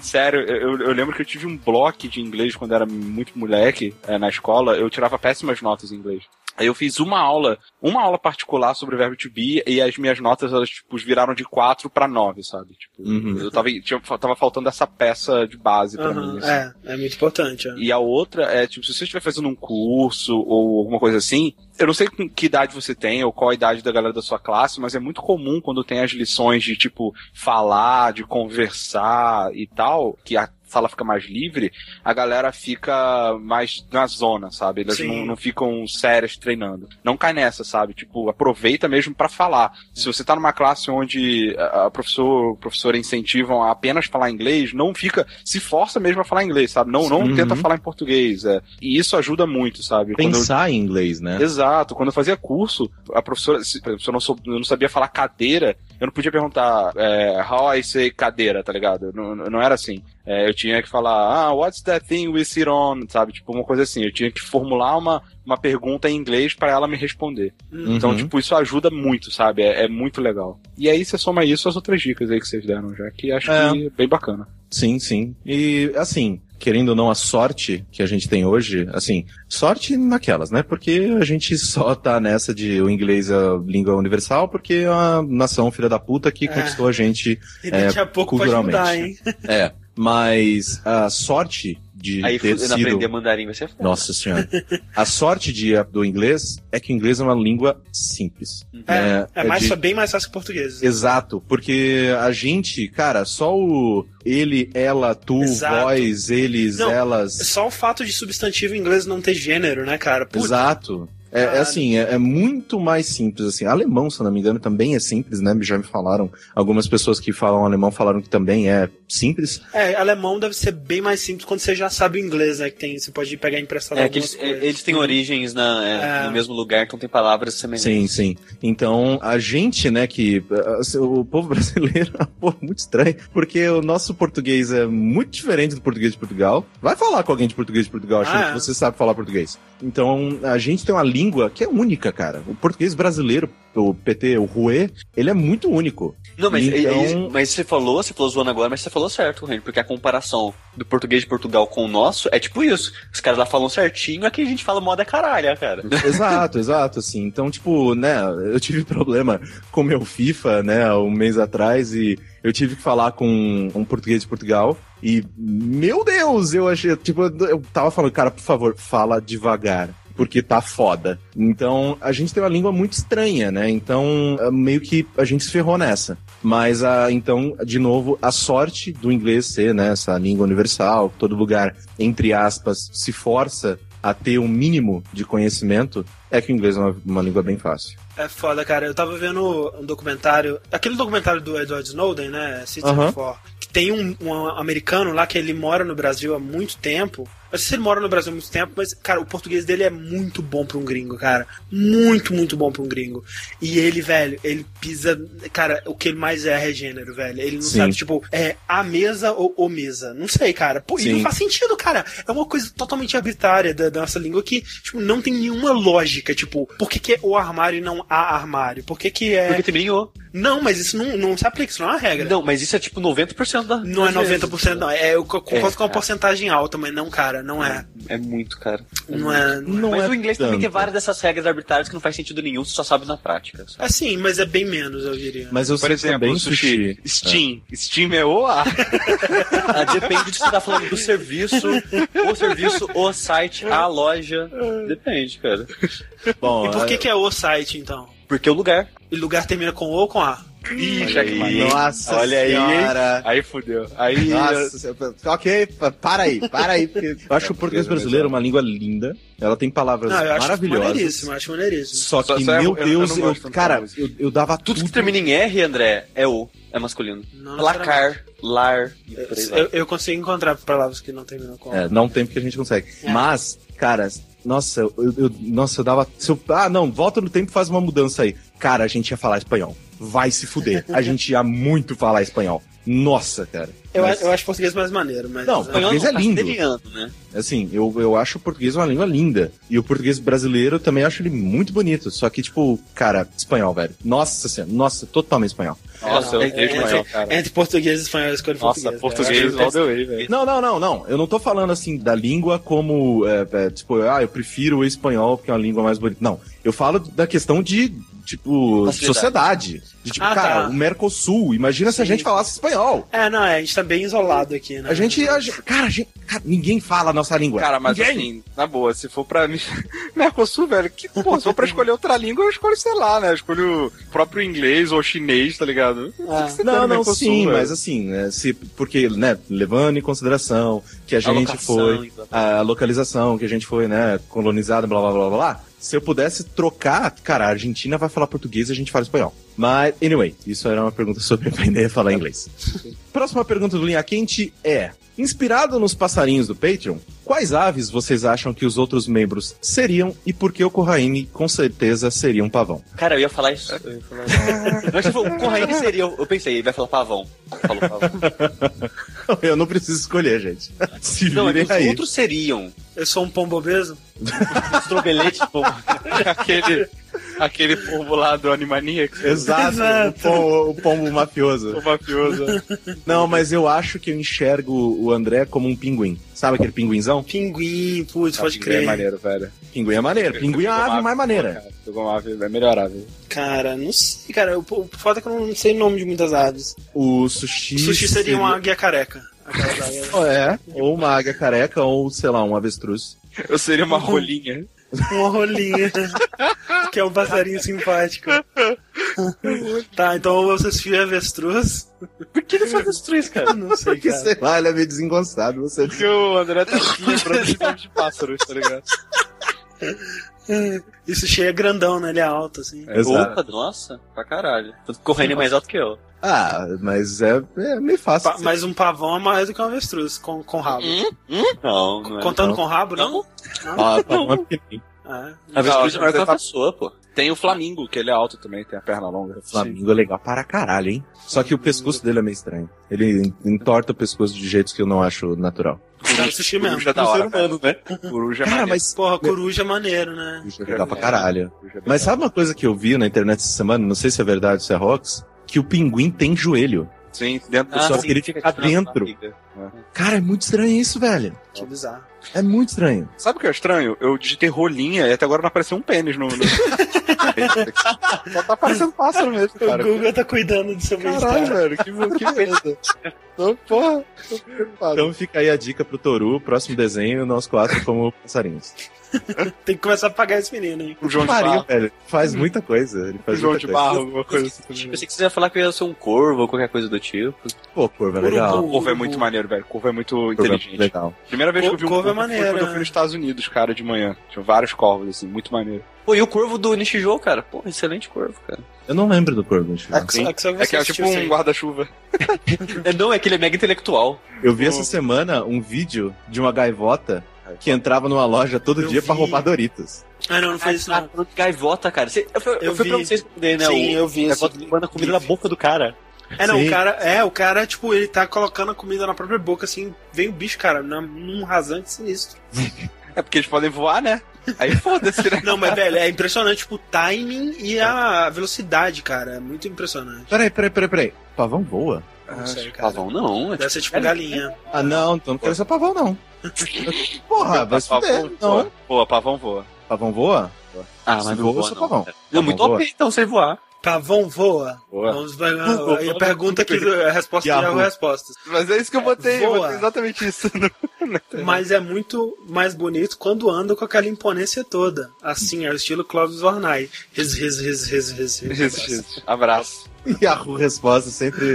[SPEAKER 3] Sério, eu, eu- eu lembro que eu tive um bloco de inglês quando era muito moleque eh, na escola, eu tirava péssimas notas em inglês. Aí eu fiz uma aula, uma aula particular sobre o verbo to be, e as minhas notas, elas, tipo, viraram de 4 pra 9, sabe? Tipo,
[SPEAKER 1] Uhum.
[SPEAKER 3] eu tava, tinha, tava faltando essa peça de base pra
[SPEAKER 2] Aham,
[SPEAKER 3] mim. assim.
[SPEAKER 2] é, é muito importante. é.
[SPEAKER 3] E a outra é, tipo, se você estiver fazendo um curso ou alguma coisa assim, eu não sei com que idade você tem ou qual a idade da galera da sua classe, mas é muito comum quando tem as lições de, tipo, falar, de conversar e tal, que a sala fica mais livre, a galera fica mais na zona, sabe? Elas
[SPEAKER 2] Sim.
[SPEAKER 3] não, não ficam sérias treinando. Não cai nessa, sabe? Tipo, aproveita mesmo pra falar. Se você tá numa classe onde a a professor, professora incentivam a apenas falar inglês, não fica, se força mesmo a falar inglês, sabe? Não, não
[SPEAKER 1] Uhum.
[SPEAKER 3] tenta falar em português, é. E isso ajuda muito, sabe? Quando eu-
[SPEAKER 1] Pensar em inglês, né?
[SPEAKER 3] Exato. Quando eu fazia curso, a professora, se, por exemplo, se eu, não sou- eu não sabia falar cadeira, eu não podia perguntar é, how I say cadeira, tá ligado? Não, não não era assim. É, eu tinha que falar, ah, what's that thing we sit on, sabe? Tipo, uma coisa assim. Eu tinha que formular uma, uma pergunta em inglês pra ela me responder.
[SPEAKER 2] Uhum.
[SPEAKER 3] Então, tipo, isso ajuda muito, sabe? É, é muito legal. E aí você soma isso às outras dicas aí que vocês deram já, que acho
[SPEAKER 1] É.
[SPEAKER 3] que é bem bacana.
[SPEAKER 1] Sim, sim. E, assim, querendo ou não, a sorte que a gente tem hoje, assim, sorte naquelas, né? Porque a gente só tá nessa de o inglês é a língua universal, porque é uma nação filha da puta que
[SPEAKER 2] É.
[SPEAKER 1] conquistou a gente.
[SPEAKER 2] E daqui a pouco pode mudar, hein?
[SPEAKER 1] culturalmente. É. Mas a sorte de
[SPEAKER 4] Aí
[SPEAKER 1] ter
[SPEAKER 4] fudendo, aprender
[SPEAKER 1] sido...
[SPEAKER 4] mandarim vai ser foda.
[SPEAKER 1] Nossa senhora. A sorte de, do inglês é que o inglês é uma língua simples. né?
[SPEAKER 2] É, é, mais,
[SPEAKER 1] de-
[SPEAKER 2] bem mais fácil que português.
[SPEAKER 1] Exato, porque a gente, cara, só o ele, ela, tu,
[SPEAKER 2] Exato.
[SPEAKER 1] vós, eles,
[SPEAKER 2] Não,
[SPEAKER 1] elas.
[SPEAKER 2] Só o fato de substantivo em inglês não ter gênero, né, cara? Puta,
[SPEAKER 1] Exato. É, é
[SPEAKER 2] Caralho.
[SPEAKER 1] assim, é, é muito mais simples, assim. Alemão, se eu não me engano, também é simples, né? Já me falaram. Algumas pessoas que falam alemão falaram que também é simples.
[SPEAKER 2] É, alemão deve ser bem mais simples quando você já sabe o inglês, né? Que tem, você pode pegar emprestado
[SPEAKER 4] É, que
[SPEAKER 2] algumas
[SPEAKER 4] eles, é,
[SPEAKER 2] coisas.
[SPEAKER 4] eles têm origens na, é,
[SPEAKER 2] É.
[SPEAKER 4] no mesmo lugar, então tem palavras semelhantes.
[SPEAKER 1] Sim, sim. Então, a gente, né, que. assim, O povo brasileiro é um povo muito estranho, porque o nosso português é muito diferente do português de Portugal. Vai falar com alguém de português de Portugal achando
[SPEAKER 2] Ah, é.
[SPEAKER 1] que você sabe falar português. Então, a gente tem uma língua que é única, cara. O português brasileiro, o PT, o Rue, ele é muito único.
[SPEAKER 4] Não, mas, é,
[SPEAKER 1] Então-
[SPEAKER 4] mas você falou, você falou zoando agora, mas você falou certo, Randy, porque a comparação do português de Portugal com o nosso é tipo isso. Os caras lá falam certinho, aqui a gente fala moda caralha, cara.
[SPEAKER 1] exato, exato, assim. Então, tipo, né, eu tive problema com meu FIFA, né, um mês atrás e eu tive que falar com um português de Portugal e, meu Deus, eu achei, tipo, eu tava falando, cara, por favor, fala devagar. Porque tá foda. Então, a gente tem uma língua muito estranha, né? Então, é meio que a gente se ferrou nessa. Mas, a, então, de novo, a sorte do inglês ser, né? Essa língua universal, que todo lugar, entre aspas, se força a ter um mínimo de conhecimento, é que o inglês é uma, uma língua bem fácil.
[SPEAKER 2] É foda, cara. Eu tava vendo um documentário, aquele documentário do Edward Snowden, né? Citizen
[SPEAKER 1] Aham.
[SPEAKER 2] Four, que tem um, um americano lá que ele mora no Brasil há muito tempo. Eu sei se ele mora no Brasil há muito tempo, mas, cara, o português dele é muito bom pra um gringo, cara. Muito, muito bom pra um gringo. E ele, velho, ele pisa. Cara, o que ele mais é é gênero, velho. Ele não
[SPEAKER 1] Sim.
[SPEAKER 2] sabe, tipo, é a mesa ou o mesa. Não sei, cara. Pô, e
[SPEAKER 1] Sim.
[SPEAKER 2] não faz sentido, cara. É uma coisa totalmente arbitrária da, da nossa língua que, tipo, não tem nenhuma lógica. Tipo, por que, que é o armário e não há armário? Por que, que é.
[SPEAKER 4] Porque tem brinhou.
[SPEAKER 2] Não, mas isso não, não se aplica, isso não é uma regra.
[SPEAKER 4] Não, mas isso é tipo 90% da.
[SPEAKER 2] Não é
[SPEAKER 4] das vezes.
[SPEAKER 2] 90%, não. É, eu co- concordo
[SPEAKER 4] É,
[SPEAKER 2] com uma
[SPEAKER 4] é.
[SPEAKER 2] porcentagem alta, mas não, cara, não é.
[SPEAKER 4] É muito, cara.
[SPEAKER 2] Não é. não é.
[SPEAKER 1] Não
[SPEAKER 4] mas
[SPEAKER 1] é
[SPEAKER 4] o inglês também
[SPEAKER 1] tanto.
[SPEAKER 4] tem várias dessas regras arbitrárias que não faz sentido nenhum, você só sabe na prática. sabe?
[SPEAKER 2] Assim, mas é bem menos, eu diria.
[SPEAKER 1] Mas eu
[SPEAKER 3] Por
[SPEAKER 1] sei
[SPEAKER 3] exemplo,
[SPEAKER 1] também,
[SPEAKER 3] sushi. É. Steam. Steam é o ar.
[SPEAKER 4] Ah, depende de se tá falando do serviço, o serviço, o site, a loja. Depende, cara.
[SPEAKER 1] Bom,
[SPEAKER 2] E por que, que é o site, então?
[SPEAKER 4] Porque o lugar.
[SPEAKER 2] E lugar termina com O ou com A?
[SPEAKER 3] Ih,
[SPEAKER 4] Olha
[SPEAKER 3] Jack
[SPEAKER 4] aí.
[SPEAKER 3] Maria.
[SPEAKER 1] Nossa
[SPEAKER 3] Olha aí, hein?
[SPEAKER 1] senhora.
[SPEAKER 3] Aí fudeu. Aí.
[SPEAKER 1] Nossa, se- ok, pa- para aí, para aí. porque É, Eu acho o português brasileiro uma língua linda. Ela tem palavras
[SPEAKER 2] Não, eu acho
[SPEAKER 1] maravilhosas.
[SPEAKER 2] maneiríssimo, eu acho maneiríssimo.
[SPEAKER 1] Só que,
[SPEAKER 3] Só- só é-
[SPEAKER 1] meu
[SPEAKER 3] eu- eu
[SPEAKER 1] Deus,
[SPEAKER 3] não
[SPEAKER 1] eu,
[SPEAKER 3] gosto tanto da
[SPEAKER 1] cara,
[SPEAKER 3] música.
[SPEAKER 1] eu, eu dava tudo.
[SPEAKER 4] Tudo que termina em R, André, é o. É masculino.
[SPEAKER 2] Não é-
[SPEAKER 4] Placar, lar. e por aí vai.
[SPEAKER 2] Eu, eu consigo encontrar palavras que não terminam com
[SPEAKER 1] É, não tem porque a gente consegue.
[SPEAKER 2] É.
[SPEAKER 1] Mas, cara, nossa, eu, eu- nossa, eu dava. se eu- ah, não, volta no tempo e faz uma mudança aí. Cara, a gente ia falar espanhol. Vai se fuder. A gente ia muito falar espanhol. Nossa, cara.
[SPEAKER 2] Eu,
[SPEAKER 1] Mas,
[SPEAKER 2] a- eu acho português mais maneiro, mas.
[SPEAKER 1] Não,
[SPEAKER 2] é.
[SPEAKER 1] mas- português é lindo.
[SPEAKER 4] castelhano, né?
[SPEAKER 1] Assim, eu, eu acho o português uma língua linda. E o português brasileiro eu também acho ele muito bonito. Só que, tipo, cara, espanhol, velho. Nossa senhora, nossa, totalmente espanhol.
[SPEAKER 3] Nossa, eu
[SPEAKER 4] É,
[SPEAKER 3] odeio
[SPEAKER 4] é,
[SPEAKER 3] espanhol, cara.
[SPEAKER 2] entre português né? e espanhol, eu escolho
[SPEAKER 3] Nossa, português, all the way, velho.
[SPEAKER 1] Não, não, não, não. Eu não tô falando assim da língua como, é, é, tipo, ah, eu prefiro o espanhol porque é uma língua mais bonita. Não. Eu falo da questão de, tipo,
[SPEAKER 4] Facilidade.
[SPEAKER 1] sociedade. De, tipo,
[SPEAKER 2] Ah,
[SPEAKER 1] cara,
[SPEAKER 2] tá.
[SPEAKER 1] o Mercosul. Imagina se a
[SPEAKER 2] Sim.
[SPEAKER 1] gente falasse espanhol.
[SPEAKER 2] É, não, é, a gente tá bem isolado aqui, né?
[SPEAKER 1] A gente, a gente- cara, a gente, cara, ninguém fala a nossa língua.
[SPEAKER 3] Cara, mas
[SPEAKER 1] ninguém.
[SPEAKER 3] assim, na boa, se for pra mim, Mercosul, velho, que, pô, se for pra escolher outra língua, eu escolho, sei lá, né? Eu escolho o próprio inglês ou chinês, tá ligado?
[SPEAKER 2] É.
[SPEAKER 3] Você tá
[SPEAKER 1] Não,
[SPEAKER 3] no
[SPEAKER 1] não,
[SPEAKER 3] Mercosul,
[SPEAKER 1] sim,
[SPEAKER 3] velho.
[SPEAKER 1] mas assim, né, se, porque, né, levando em consideração que a gente
[SPEAKER 4] Alocação,
[SPEAKER 1] foi,
[SPEAKER 4] então.
[SPEAKER 1] a localização, que a gente foi, né, colonizado, blá, blá, blá, blá, blá, se eu pudesse trocar, cara, a Argentina vai falar português e a gente fala espanhol. Mas, anyway, isso era uma pergunta sobre aprender a falar inglês. Próxima pergunta do Linha Quente é, inspirado nos passarinhos do Patreon, quais aves vocês acham que os outros membros seriam e por que o Corraine com certeza seria um pavão?
[SPEAKER 4] Cara, eu ia falar isso. Eu ia falar isso. Mas tipo, o Corraine seria. Eu pensei, ele vai falar pavão. Falou pavão.
[SPEAKER 1] Eu não preciso escolher, gente. Se
[SPEAKER 4] Não, é que
[SPEAKER 1] virem
[SPEAKER 4] os
[SPEAKER 1] aí.
[SPEAKER 4] outros seriam. tipo,
[SPEAKER 2] Eu sou um pombo obeso?
[SPEAKER 4] Estrobelete, pô.
[SPEAKER 3] aquele, aquele povo lá do Animaniacs,
[SPEAKER 1] Exato,
[SPEAKER 2] Exato.
[SPEAKER 1] O, pombo, o pombo mafioso.
[SPEAKER 3] o mafioso.
[SPEAKER 1] Não, mas eu acho que eu enxergo o André como um pinguim. Sabe aquele pinguinzão?
[SPEAKER 2] Pinguim, putz, pode
[SPEAKER 3] É
[SPEAKER 2] crer.
[SPEAKER 3] maneiro, velho.
[SPEAKER 1] Pinguim é maneiro. Pinguim é a ave mais maneira.
[SPEAKER 3] Cara, Pegou uma ave, é melhorável.
[SPEAKER 2] Cara, não sei, cara. O, o foda é que eu não sei o nome de muitas aves.
[SPEAKER 1] O sushi.
[SPEAKER 2] Sushi seria um uma águia careca. Aquelas águias.
[SPEAKER 1] É, ou uma águia careca, ou sei lá, um avestruz.
[SPEAKER 3] Eu seria uma rolinha.
[SPEAKER 2] Uma rolinha. que é um passarinho simpático. tá, então vocês fiam avestruz?
[SPEAKER 4] Por que ele faz avestruz, cara?
[SPEAKER 2] Não sei,
[SPEAKER 1] Porque
[SPEAKER 2] cara.
[SPEAKER 1] sei lá, ele é meio desengonçado. Você...
[SPEAKER 3] Porque o André tá aqui lembrando de nome de pássaros, tá ligado?
[SPEAKER 2] Isso cheia grandão, né? Ele é alto, assim.
[SPEAKER 1] Exato.
[SPEAKER 4] Opa, nossa, pra caralho. O Renan é mais alto que eu.
[SPEAKER 1] Ah, mas é, é meio fácil.
[SPEAKER 2] Pa- mas um pavão é maior do que um avestruz com, com rabo.
[SPEAKER 3] Hum?
[SPEAKER 4] Não, não é.
[SPEAKER 2] Contando
[SPEAKER 1] não.
[SPEAKER 2] com rabo, não?
[SPEAKER 4] Não?
[SPEAKER 1] Ah, tá bom, é pequenininho.
[SPEAKER 2] Ah,
[SPEAKER 4] A vez que
[SPEAKER 3] Então. Não,
[SPEAKER 4] eu maior que uma
[SPEAKER 3] tá-
[SPEAKER 4] pessoa, pô.
[SPEAKER 3] Tem o Flamingo, que ele é alto também, tem a perna longa.
[SPEAKER 1] O Flamingo é legal para caralho, hein? Só que o pescoço dele é meio estranho. Ele en- entorta o pescoço de jeitos que eu não acho natural.
[SPEAKER 2] tá no sushi mesmo.
[SPEAKER 3] Coruja é da hora, velho.
[SPEAKER 4] né?
[SPEAKER 3] Coruja é
[SPEAKER 1] Cara,
[SPEAKER 3] maneiro.
[SPEAKER 1] mas
[SPEAKER 2] Porra, coruja é maneiro, né?
[SPEAKER 1] Isso é legal pra caralho.
[SPEAKER 3] é
[SPEAKER 1] Mas sabe uma coisa que eu vi na internet essa semana, não sei se é verdade ou se é hoax, que o pinguim tem joelho.
[SPEAKER 3] Sim, dentro do
[SPEAKER 1] Ah,
[SPEAKER 3] seu...
[SPEAKER 1] sim. queria ficar dentro.
[SPEAKER 2] tá,
[SPEAKER 1] Cara, é muito estranho isso, velho.
[SPEAKER 2] Que bizarro.
[SPEAKER 1] É muito estranho.
[SPEAKER 3] Sabe o que é estranho? Eu digitei rolinha e até agora não apareceu um pênis no... no- Só tá aparecendo pássaro mesmo, cara.
[SPEAKER 2] o Google tá cuidando do seu
[SPEAKER 3] Caralho,
[SPEAKER 2] bem-estar.
[SPEAKER 3] velho, que, que beleza. Não, porra, tô preocupado.
[SPEAKER 1] Então fica aí a dica pro Toru, próximo desenho, nós quatro como passarinhos.
[SPEAKER 2] Tem que começar a pagar esse menino, hein?
[SPEAKER 3] o João de
[SPEAKER 1] Marinho,
[SPEAKER 3] Barro,
[SPEAKER 1] velho, faz muita coisa. Ele
[SPEAKER 3] o
[SPEAKER 1] faz
[SPEAKER 3] João
[SPEAKER 1] muita
[SPEAKER 3] de
[SPEAKER 1] coisa.
[SPEAKER 3] Barro, alguma coisa
[SPEAKER 4] Eu
[SPEAKER 3] assim.
[SPEAKER 4] pensei que você ia falar que eu ia ser um corvo ou qualquer coisa do tipo.
[SPEAKER 1] Pô, curva é legal.
[SPEAKER 2] Urubu.
[SPEAKER 3] Corvo é muito maneiro, velho. Corvo é muito
[SPEAKER 1] Curva é
[SPEAKER 3] inteligente.
[SPEAKER 1] legal.
[SPEAKER 3] Primeira vez que eu vi um
[SPEAKER 2] Corvo é
[SPEAKER 3] foi
[SPEAKER 2] maneiro,
[SPEAKER 3] quando eu fui
[SPEAKER 2] né?
[SPEAKER 3] nos Estados Unidos, cara, de manhã. Tinha vários corvos, assim, muito maneiro.
[SPEAKER 4] Pô, e o corvo do Nishijou, cara? Pô, excelente corvo, cara.
[SPEAKER 1] Eu não lembro do curva. deixa eu ver.
[SPEAKER 3] Sim.
[SPEAKER 2] É que só você
[SPEAKER 3] É que é tipo
[SPEAKER 2] assistiu isso
[SPEAKER 3] um
[SPEAKER 2] aí.
[SPEAKER 3] guarda-chuva.
[SPEAKER 4] É, não, é que ele é mega intelectual.
[SPEAKER 1] Eu vi
[SPEAKER 3] Pô.
[SPEAKER 1] essa semana um vídeo de uma gaivota que entrava numa loja todo
[SPEAKER 2] Eu
[SPEAKER 1] dia pra
[SPEAKER 2] vi.
[SPEAKER 1] roubar Doritos.
[SPEAKER 2] Ah, não, não faz isso
[SPEAKER 4] Ah,
[SPEAKER 2] não.
[SPEAKER 4] falando de gaivota, cara. Você- eu, fui- eu
[SPEAKER 2] Eu
[SPEAKER 4] fui pra
[SPEAKER 2] vi.
[SPEAKER 4] vocês responder, né?
[SPEAKER 2] Sim,
[SPEAKER 4] o,
[SPEAKER 2] eu vi esse
[SPEAKER 4] gaivota tomando a comida na
[SPEAKER 2] clipe.
[SPEAKER 4] boca do cara.
[SPEAKER 2] É, não,
[SPEAKER 1] Sim.
[SPEAKER 2] o cara, é, o cara, tipo, ele tá colocando a comida na própria boca, assim, vem o bicho, cara, na- num rasante sinistro.
[SPEAKER 3] É porque eles podem voar, né? Aí foda-se, né?
[SPEAKER 2] Não, mas, velho, é impressionante, tipo, o timing e a velocidade, cara, é muito impressionante.
[SPEAKER 1] Peraí, peraí, peraí, peraí. Pavão voa?
[SPEAKER 3] Ah,
[SPEAKER 2] Não sei, cara.
[SPEAKER 4] Pavão não. É
[SPEAKER 2] Deve ser tipo galinha.
[SPEAKER 1] Ah, não, então não quero ser pavão, não. Porra, vai se fuder. então, né? Não.
[SPEAKER 3] voa. Voa, pavão voa.
[SPEAKER 1] Pavão voa?
[SPEAKER 4] Ah,
[SPEAKER 1] Se
[SPEAKER 2] um
[SPEAKER 4] mas
[SPEAKER 1] voa,
[SPEAKER 4] não voa,
[SPEAKER 1] eu sou
[SPEAKER 4] não.
[SPEAKER 1] pavão.
[SPEAKER 4] cara. Não, muito
[SPEAKER 1] voa.
[SPEAKER 4] OP, então, sem voar.
[SPEAKER 2] Pavão voa?
[SPEAKER 3] Voa.
[SPEAKER 2] Vamos ver, aí a pergunta que a resposta
[SPEAKER 1] Yahoo.
[SPEAKER 2] já é a resposta.
[SPEAKER 3] Mas é isso que eu botei, eu
[SPEAKER 2] Voa.
[SPEAKER 3] botei exatamente isso.
[SPEAKER 4] Uhum.
[SPEAKER 2] Mas é muito mais bonito quando anda com aquela imponência toda. Assim, é o estilo Clóvis Vornai. Riz, riz, riz, riz, riz, riz.
[SPEAKER 3] Isso, isso. Abraço.
[SPEAKER 1] E a resposta sempre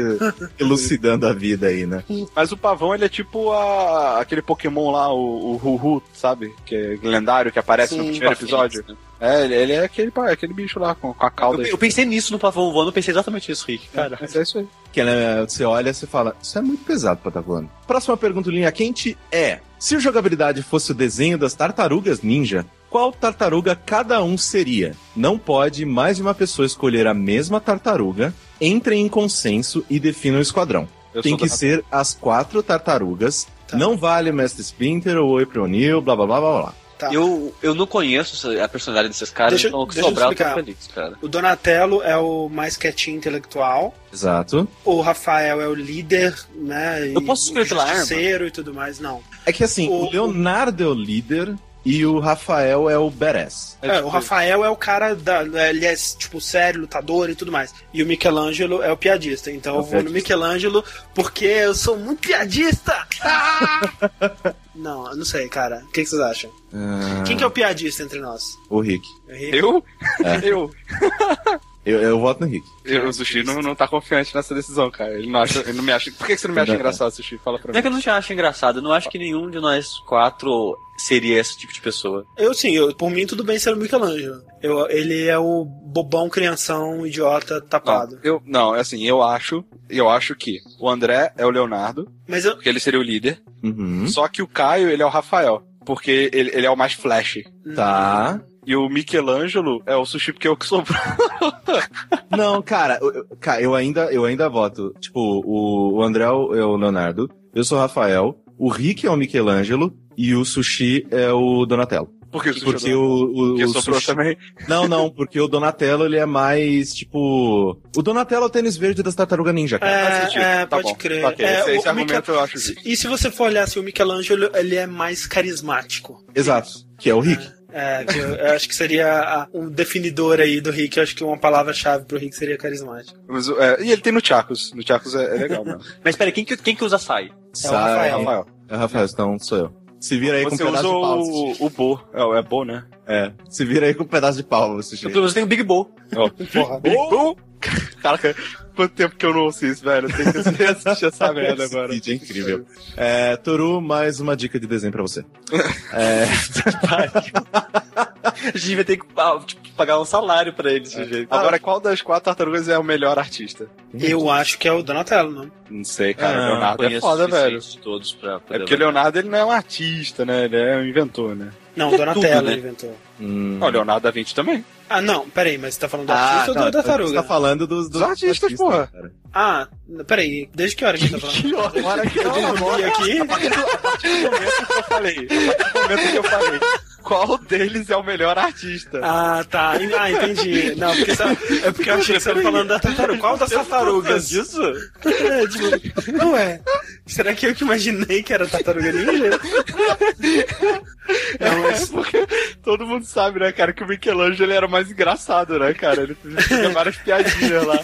[SPEAKER 1] elucidando a vida aí, né?
[SPEAKER 3] Mas o pavão, ele é tipo a... aquele Pokémon lá, o, o Ruhu, sabe? Que é lendário, que aparece no
[SPEAKER 4] Sim,
[SPEAKER 3] primeiro
[SPEAKER 4] pra
[SPEAKER 3] episódio. É, ele, ele é aquele, pa- aquele bicho lá com, com a
[SPEAKER 4] Eu,
[SPEAKER 3] cauda.
[SPEAKER 4] eu pensei nisso no pavão voando, eu pensei exatamente isso, Rick. Cara,
[SPEAKER 3] Mas é isso aí.
[SPEAKER 1] Que né, você olha e você fala, isso é muito pesado pra tá voando. Próxima pergunta linha quente é: se o jogabilidade fosse o desenho das tartarugas ninja, qual tartaruga cada um seria? Não pode mais de uma pessoa escolher a mesma tartaruga. Entrem em consenso e definam o esquadrão.
[SPEAKER 3] Eu
[SPEAKER 1] Tem
[SPEAKER 3] sou
[SPEAKER 1] que
[SPEAKER 3] da-
[SPEAKER 1] ser as quatro tartarugas.
[SPEAKER 2] Tá.
[SPEAKER 1] Não vale Mestre Splinter ou April O'Neil, blá blá blá blá blá.
[SPEAKER 2] Tá.
[SPEAKER 4] eu, eu não conheço essa- a personalidade desses caras,
[SPEAKER 2] Deixa eu-
[SPEAKER 4] então o que
[SPEAKER 2] deixa eu
[SPEAKER 4] sobrar eu tô
[SPEAKER 2] explicar.
[SPEAKER 4] feliz, cara.
[SPEAKER 2] O Donatello é o mais quietinho intelectual.
[SPEAKER 1] Exato.
[SPEAKER 2] O Rafael é o líder, né?
[SPEAKER 4] Eu posso escolher pela arma?
[SPEAKER 2] justiceiro e tudo mais, não.
[SPEAKER 1] É que assim, o,
[SPEAKER 2] O-
[SPEAKER 1] Leonardo é o líder e o Rafael é o badass.
[SPEAKER 4] tipo
[SPEAKER 2] É, o Rafael é o cara da. Ele é, tipo, sério, lutador e tudo mais. E o Michelangelo é o piadista. Então
[SPEAKER 1] É o
[SPEAKER 2] eu vou no Michelangelo porque eu sou muito piadista! Ah! não, eu não sei, cara. O que, que vocês acham?
[SPEAKER 1] Ah,
[SPEAKER 2] Quem que é o piadista entre nós?
[SPEAKER 1] O Rick.
[SPEAKER 2] Henrique?
[SPEAKER 3] Eu?
[SPEAKER 1] É.
[SPEAKER 3] Eu.
[SPEAKER 1] Eu, eu voto no Rick.
[SPEAKER 3] Eu, o Sushi não, não tá confiante nessa decisão, cara. Ele não, acha, ele não me acha. Por que que você não me acha
[SPEAKER 1] Não.
[SPEAKER 3] engraçado, Sushi? Fala pra
[SPEAKER 4] Não é
[SPEAKER 3] mim.
[SPEAKER 4] que eu não te acho engraçado, eu não acho que nenhum de nós quatro seria esse tipo de pessoa.
[SPEAKER 2] Eu sim, eu, por mim tudo bem ser o Michelangelo. Eu, ele é o bobão, crianção, idiota, tapado.
[SPEAKER 3] Não, eu, não, é assim, eu acho, eu acho que o André é o Leonardo,
[SPEAKER 2] Mas eu.
[SPEAKER 3] porque ele seria o líder,
[SPEAKER 1] Uhum.
[SPEAKER 3] só que o Caio, ele é o Rafael, porque ele, ele é o mais flash.
[SPEAKER 1] Tá.
[SPEAKER 3] E o Michelangelo é o Sushi, porque é o que sobrou.
[SPEAKER 1] Não, cara, eu- eu, cara, eu ainda, eu ainda voto. Tipo, o, o André é o Leonardo, eu sou o Rafael, o Rick é o Michelangelo e o Sushi é o Donatello.
[SPEAKER 3] Porque o Sushi
[SPEAKER 1] Porque
[SPEAKER 3] é
[SPEAKER 1] o, o,
[SPEAKER 3] porque
[SPEAKER 1] o
[SPEAKER 3] sobrou
[SPEAKER 1] Sushi-
[SPEAKER 3] também.
[SPEAKER 1] Não, não, porque o Donatello ele é mais, tipo. O Donatello é o tênis verde das tartarugas ninja, cara.
[SPEAKER 3] Faz sentido.
[SPEAKER 2] É, é
[SPEAKER 3] Tá
[SPEAKER 2] pode
[SPEAKER 3] bom.
[SPEAKER 2] crer.
[SPEAKER 3] Ok,
[SPEAKER 2] É,
[SPEAKER 3] esse,
[SPEAKER 2] o-
[SPEAKER 3] esse
[SPEAKER 2] o
[SPEAKER 3] argumento eu acho
[SPEAKER 2] Se-
[SPEAKER 3] justo.
[SPEAKER 2] E se você for olhar assim, o Michelangelo ele é mais carismático.
[SPEAKER 1] Exato. Que é o Rick.
[SPEAKER 2] É, que eu, eu acho que seria a- um definidor aí do Rick. Eu acho que uma palavra-chave pro Rick seria carismático.
[SPEAKER 3] Mas, é, e ele tem no Chacos. No Chacos é, é legal, mano.
[SPEAKER 4] Mas pera, quem que, quem que usa sai?
[SPEAKER 2] É o Rafael.
[SPEAKER 1] Sai.
[SPEAKER 3] Rafael.
[SPEAKER 1] É o Rafael, então sou eu. Se vira aí com um
[SPEAKER 3] Você
[SPEAKER 1] pedaço
[SPEAKER 3] usa
[SPEAKER 1] de pau. Sushi.
[SPEAKER 3] o, o Bo. É, é Bo, né?
[SPEAKER 1] É. Se vira aí com um pedaço de pau, Sushi.
[SPEAKER 4] Eu, pelo menos tem o Big Bowl.
[SPEAKER 2] Porra.
[SPEAKER 3] Big Bo! Caraca, quanto tempo que eu não ouço isso, velho. Eu tenho que assistir essa merda agora.
[SPEAKER 1] Vídeo é incrível. É, Toru, mais uma dica de desenho pra você.
[SPEAKER 4] A gente vai ter que ah, tipo, pagar um salário pra ele
[SPEAKER 3] É.
[SPEAKER 4] desse jeito.
[SPEAKER 3] Agora, qual das quatro tartarugas é o melhor artista?
[SPEAKER 2] Eu acho que é o Donatello, não.
[SPEAKER 3] Não sei, cara.
[SPEAKER 1] Ah,
[SPEAKER 3] Leonardo é foda, velho.
[SPEAKER 4] Todos pra
[SPEAKER 3] É porque o Leonardo ele não é um artista, né? Ele é um inventor, né?
[SPEAKER 2] Não,
[SPEAKER 4] É
[SPEAKER 2] Donatello
[SPEAKER 4] tudo, né?
[SPEAKER 2] inventou.
[SPEAKER 1] Hum.
[SPEAKER 3] Não, o Leonardo da Vinci também.
[SPEAKER 2] Ah, não, peraí, mas você tá falando do
[SPEAKER 4] Ah,
[SPEAKER 2] artista ou
[SPEAKER 1] não,
[SPEAKER 2] do
[SPEAKER 1] Você
[SPEAKER 2] tartaruga?
[SPEAKER 1] tá falando dos,
[SPEAKER 3] Dos artistas, porra.
[SPEAKER 1] cara.
[SPEAKER 2] Ah, peraí, desde que hora que a gente tá falando?
[SPEAKER 3] Agora que eu
[SPEAKER 2] E aqui,
[SPEAKER 3] momento que eu falei. No momento que eu falei. Qual deles é o melhor artista?
[SPEAKER 2] Ah, tá. Ah, entendi. Não, porque sa- é porque eu achei que você tava falando da tartaruga. Qual das tartarugas?
[SPEAKER 4] disso?
[SPEAKER 2] É, tipo, não é. Será que eu que imaginei que era tartaruga ninja? Não, mas-
[SPEAKER 3] é, porque todo mundo sabe, né, cara, que o Michelangelo ele era mais engraçado, né, cara? Ele fazia várias piadinhas lá.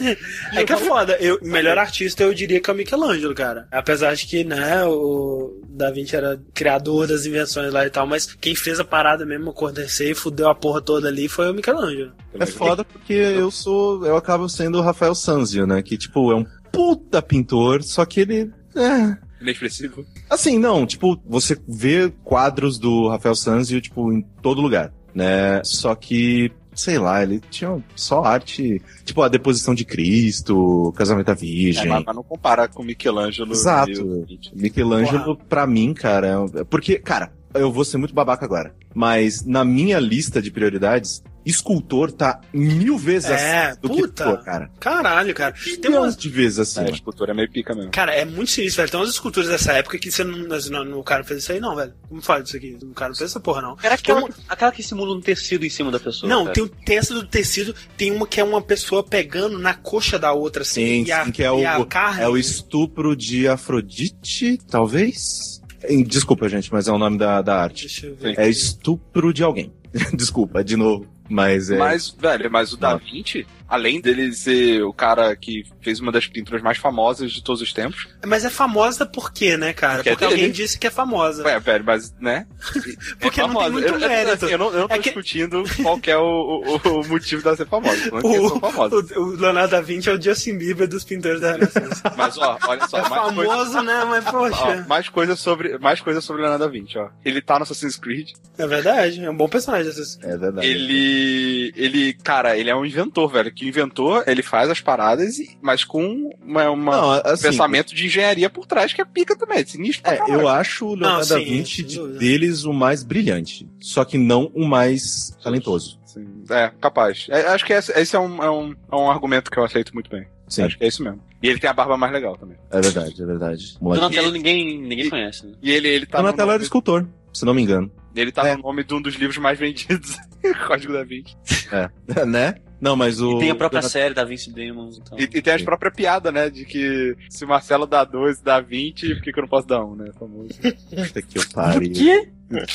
[SPEAKER 2] É que é foda. Eu, melhor artista eu diria que é o Michelangelo, cara. Apesar de que, né, o Da Vinci era criador das invenções lá e tal, mas quem fez a parada mesmo acontecer e fudeu a porra toda ali foi o Michelangelo.
[SPEAKER 1] É foda porque eu sou. Eu acabo sendo o Rafael Sanzio, né? Que, tipo, é um puta pintor, só que ele. É.
[SPEAKER 3] Inexpressivo.
[SPEAKER 1] Assim, não, tipo, você vê quadros do Rafael Sanzio, tipo, em todo lugar, né? Só que, sei lá, ele tinha só arte, tipo, a deposição de Cristo, o casamento da
[SPEAKER 3] É,
[SPEAKER 1] Virgem.
[SPEAKER 3] mas, mas não compara com o Michelangelo.
[SPEAKER 1] Exato.
[SPEAKER 3] e o Da Vinci.
[SPEAKER 1] Michelangelo, pra mim, cara, é um- é porque, cara, eu vou ser muito babaca agora, mas na minha lista de prioridades, escultor tá mil vezes
[SPEAKER 2] É,
[SPEAKER 1] acima do
[SPEAKER 2] puta.
[SPEAKER 1] que pintor, cara.
[SPEAKER 2] Caralho, cara. Tem
[SPEAKER 1] Tem assim,
[SPEAKER 2] umas,
[SPEAKER 1] de vezes
[SPEAKER 3] É,
[SPEAKER 1] acima.
[SPEAKER 3] a escultura é meio pica mesmo.
[SPEAKER 2] Cara, é muito sinistro, velho. Tem umas esculturas dessa época que você não. mas não- o cara não fez isso aí, não, velho. Como fala disso aqui? O cara não fez essa porra, não.
[SPEAKER 4] Era aquela,
[SPEAKER 2] Como-
[SPEAKER 4] aquela que simula um tecido em cima da pessoa.
[SPEAKER 2] Não,
[SPEAKER 4] cara.
[SPEAKER 2] tem o texto do tecido, tem uma que é uma pessoa pegando na coxa da outra, assim.
[SPEAKER 1] Sim,
[SPEAKER 2] e a,
[SPEAKER 1] sim, que é
[SPEAKER 2] e a
[SPEAKER 1] o,
[SPEAKER 2] carne.
[SPEAKER 1] é o estupro de Afrodite, talvez? Em- Desculpa, gente, mas é o nome da, da arte.
[SPEAKER 2] Deixa eu ver.
[SPEAKER 1] É estupro de alguém. Desculpa, de novo. Mas é.
[SPEAKER 3] Mas, velho, mas o Da
[SPEAKER 1] Não.
[SPEAKER 3] Vinci, além dele ser o cara que fez uma das pinturas mais famosas de todos os tempos,
[SPEAKER 2] Mas é famosa por quê, né, cara? Porque,
[SPEAKER 3] Porque é
[SPEAKER 2] alguém
[SPEAKER 3] dele.
[SPEAKER 2] disse que é famosa.
[SPEAKER 3] ué, velho, mas, né?
[SPEAKER 2] Porque não tem
[SPEAKER 3] famosa.
[SPEAKER 2] muito
[SPEAKER 3] Eu- eu-
[SPEAKER 2] mérito.
[SPEAKER 3] assim, Eu, não, eu não tô
[SPEAKER 2] É que-
[SPEAKER 3] discutindo qual que é o, o- o motivo dela ser famosa. Não é que eles são famosos.
[SPEAKER 2] o, o Leonardo da Vinci é o Justin Bieber dos pintores da Renascença.
[SPEAKER 3] Mas, ó, olha só,
[SPEAKER 2] É
[SPEAKER 3] mais, coisa,
[SPEAKER 2] famoso, né? Mas,
[SPEAKER 3] ó,
[SPEAKER 2] poxa.
[SPEAKER 3] mais coisa sobre mais coisa sobre Leonardo da Vinci, ó. Ele tá no Assassin's Creed.
[SPEAKER 2] É verdade, é um bom personagem. Essas...
[SPEAKER 1] É verdade.
[SPEAKER 3] Ele, ele, cara, ele é um inventor, velho. Que inventor, ele faz as paradas, e- mas com uma, uma-
[SPEAKER 1] Não, assim,
[SPEAKER 3] um pensamento de engenharia por trás que é pica também, sinistro. pra
[SPEAKER 1] é,
[SPEAKER 3] caralho.
[SPEAKER 1] eu acho o Leonardo
[SPEAKER 2] Não,
[SPEAKER 1] da
[SPEAKER 2] sim,
[SPEAKER 1] Vinci
[SPEAKER 2] sem
[SPEAKER 1] de-
[SPEAKER 2] dúvida.
[SPEAKER 1] deles o mais brilhante. Só que não o mais talentoso.
[SPEAKER 3] Sim, é, capaz. É, acho que esse, esse é, um, é, um, é um argumento que eu aceito muito bem.
[SPEAKER 1] Sim,
[SPEAKER 3] Acho que é isso mesmo. E ele tem a barba mais legal também.
[SPEAKER 1] é verdade, é verdade.
[SPEAKER 3] um
[SPEAKER 1] Moleque.
[SPEAKER 4] Donatello ninguém, ninguém conhece, né?
[SPEAKER 3] E ele, ele tá, no
[SPEAKER 1] Donatello era
[SPEAKER 3] nome,
[SPEAKER 1] escultor, se não me engano.
[SPEAKER 3] ele tá
[SPEAKER 1] É.
[SPEAKER 3] no nome de um dos livros mais vendidos. Código da Vinci.
[SPEAKER 1] né? Não, mas o.
[SPEAKER 4] E tem a própria
[SPEAKER 1] Donatello-
[SPEAKER 4] série da Vince Demons então. e tal.
[SPEAKER 3] E, e tem as próprias piadas, né? De que se o Marcelo dá dois, dá 20, por que, que eu não posso dar um, né? Famoso.
[SPEAKER 1] Puta que eu pariu.
[SPEAKER 4] quê?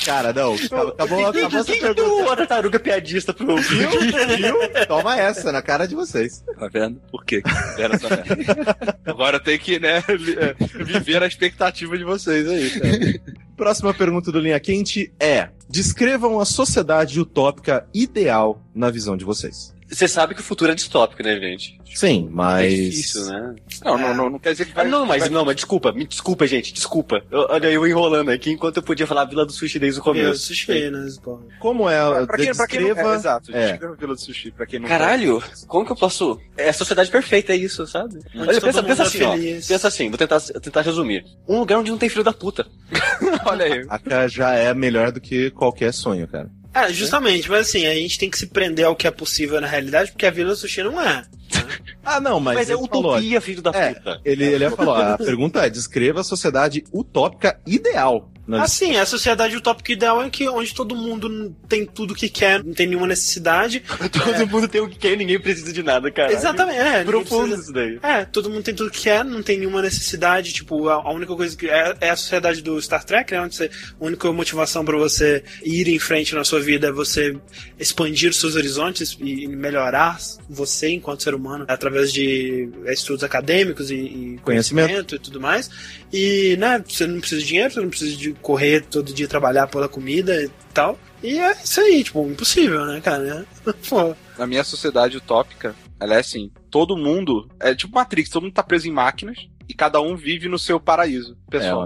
[SPEAKER 1] Cara, não. Acabou, acabou, acabou essa pergunta.
[SPEAKER 4] deu a tartaruga piadista pro
[SPEAKER 1] Viu? Viu? Toma essa na cara de vocês.
[SPEAKER 3] Tá vendo? Por quê? Era essa merda. Agora tem que, né? vi- é, Viver a expectativa de vocês aí. tá? Cara.
[SPEAKER 1] Próxima pergunta do Linha Quente é: descrevam a sociedade utópica ideal na visão de vocês.
[SPEAKER 4] Você sabe que o futuro é distópico, né, gente?
[SPEAKER 1] Sim, mas.
[SPEAKER 4] É difícil, né?
[SPEAKER 3] Não, não, não, não quer dizer que
[SPEAKER 4] Ah,
[SPEAKER 3] vai.
[SPEAKER 4] não, mas
[SPEAKER 3] vai-
[SPEAKER 4] não, mas desculpa, me desculpa, gente, desculpa. Eu- olha, eu enrolando aqui enquanto eu podia falar Vila do Sushi desde o
[SPEAKER 2] Eu
[SPEAKER 3] é?
[SPEAKER 4] começo.
[SPEAKER 2] suspeito, né? esse povo.
[SPEAKER 1] Como é?
[SPEAKER 3] Pra, pra quem, pra quem não, é,
[SPEAKER 1] descreva-
[SPEAKER 3] exato,
[SPEAKER 1] é.
[SPEAKER 3] descreva a Vila do Sushi, pra quem não
[SPEAKER 4] Caralho, como que eu posso. É a sociedade perfeita, é isso, sabe?
[SPEAKER 2] Onde
[SPEAKER 4] Olha,
[SPEAKER 2] todo
[SPEAKER 4] pensa,
[SPEAKER 2] mundo
[SPEAKER 4] pensa
[SPEAKER 2] é
[SPEAKER 4] assim, ó.
[SPEAKER 2] feliz.
[SPEAKER 4] Pensa assim, vou tentar, tentar resumir. Um lugar onde não tem filho da puta.
[SPEAKER 3] Olha aí.
[SPEAKER 1] A cara já é melhor do que qualquer sonho, cara.
[SPEAKER 2] É, justamente, mas assim, a gente tem que se prender ao que é possível na realidade, porque a Vila Sushi não é.
[SPEAKER 1] Ah, não, mas.
[SPEAKER 4] Mas, é
[SPEAKER 1] ele falou,
[SPEAKER 4] utopia, filho da
[SPEAKER 1] É.
[SPEAKER 4] puta.
[SPEAKER 1] Ele, ele falou: a pergunta é: descreva a sociedade utópica ideal. Na...
[SPEAKER 2] Assim, a sociedade utópica ideal é que onde todo mundo tem tudo que quer, não tem nenhuma necessidade.
[SPEAKER 4] Todo mundo tem o que quer e ninguém precisa de nada, cara.
[SPEAKER 2] Exatamente, é. ninguém
[SPEAKER 4] Profundo
[SPEAKER 2] precisa-
[SPEAKER 4] isso daí.
[SPEAKER 2] É, todo mundo tem tudo que quer, não tem nenhuma necessidade. Tipo, a, a única coisa que. É, é a sociedade do Star Trek, né? Onde você, a única motivação pra você ir em frente na sua vida é você expandir seus horizontes e, e melhorar você enquanto ser humano através de estudos acadêmicos e, e
[SPEAKER 1] Conhecimento.
[SPEAKER 2] conhecimento e tudo mais. E, né, você não precisa de dinheiro, você não precisa de correr todo dia trabalhar pela comida e tal. E é isso aí, tipo, impossível, né, cara? Pô.
[SPEAKER 3] Na minha sociedade utópica, ela é assim: todo mundo. É tipo Matrix, todo mundo tá preso em máquinas. e cada um vive no seu paraíso pessoal.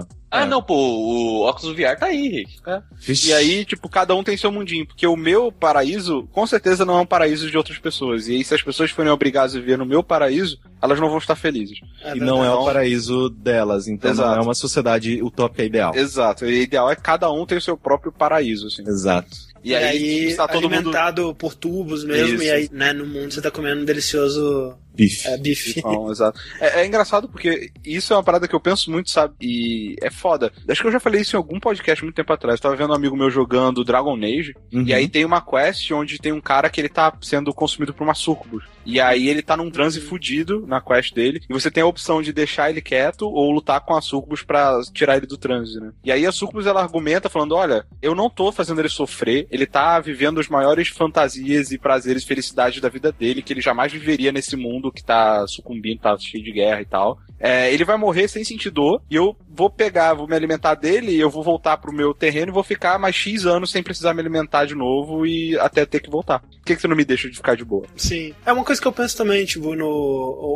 [SPEAKER 1] É, ó.
[SPEAKER 4] Ah,
[SPEAKER 1] É.
[SPEAKER 4] não, pô, o óculos VR tá aí, Rick. É.
[SPEAKER 1] Vixe.
[SPEAKER 3] E aí, tipo, cada um tem seu mundinho, porque o meu paraíso, com certeza, não é um paraíso de outras pessoas. E aí, se as pessoas forem obrigadas a viver no meu paraíso, elas não vão estar felizes.
[SPEAKER 1] E não é
[SPEAKER 3] Não.
[SPEAKER 1] o paraíso delas, então não
[SPEAKER 3] Exato.
[SPEAKER 1] é uma sociedade utópica ideal.
[SPEAKER 3] Exato. E o ideal é que cada um tem o seu próprio paraíso, assim.
[SPEAKER 1] Exato.
[SPEAKER 3] E, aí, está todo mundo.
[SPEAKER 2] alimentado por tubos mesmo,
[SPEAKER 3] Isso.
[SPEAKER 2] e aí, né, no mundo você tá comendo um delicioso
[SPEAKER 1] Bife.
[SPEAKER 2] é, bife.
[SPEAKER 3] Não, exato. É, é engraçado porque isso é uma parada que eu penso muito, sabe? E é foda. Acho que eu já falei isso em algum podcast muito tempo atrás. Eu tava vendo um amigo meu jogando Dragon Age.
[SPEAKER 1] Uhum.
[SPEAKER 3] E aí tem uma quest onde tem um cara que ele tá sendo consumido por uma sucubus. E aí ele tá num transe fudido na quest dele. E você tem a opção de deixar ele quieto ou lutar com a sucubus pra tirar ele do transe, né? E aí a sucubus ela argumenta falando: olha, eu não tô fazendo ele sofrer, ele tá vivendo as maiores fantasias e prazeres e felicidades da vida dele, que ele jamais viveria nesse mundo que tá sucumbindo, tá cheio de guerra e tal. É, ele vai morrer sem sentir dor e eu vou pegar, vou me alimentar dele, eu vou voltar pro meu terreno e vou ficar mais X anos sem precisar me alimentar de novo e até ter que voltar. Por que, que você não me deixa de ficar de boa?
[SPEAKER 2] Sim. É uma coisa que eu penso também, tipo, no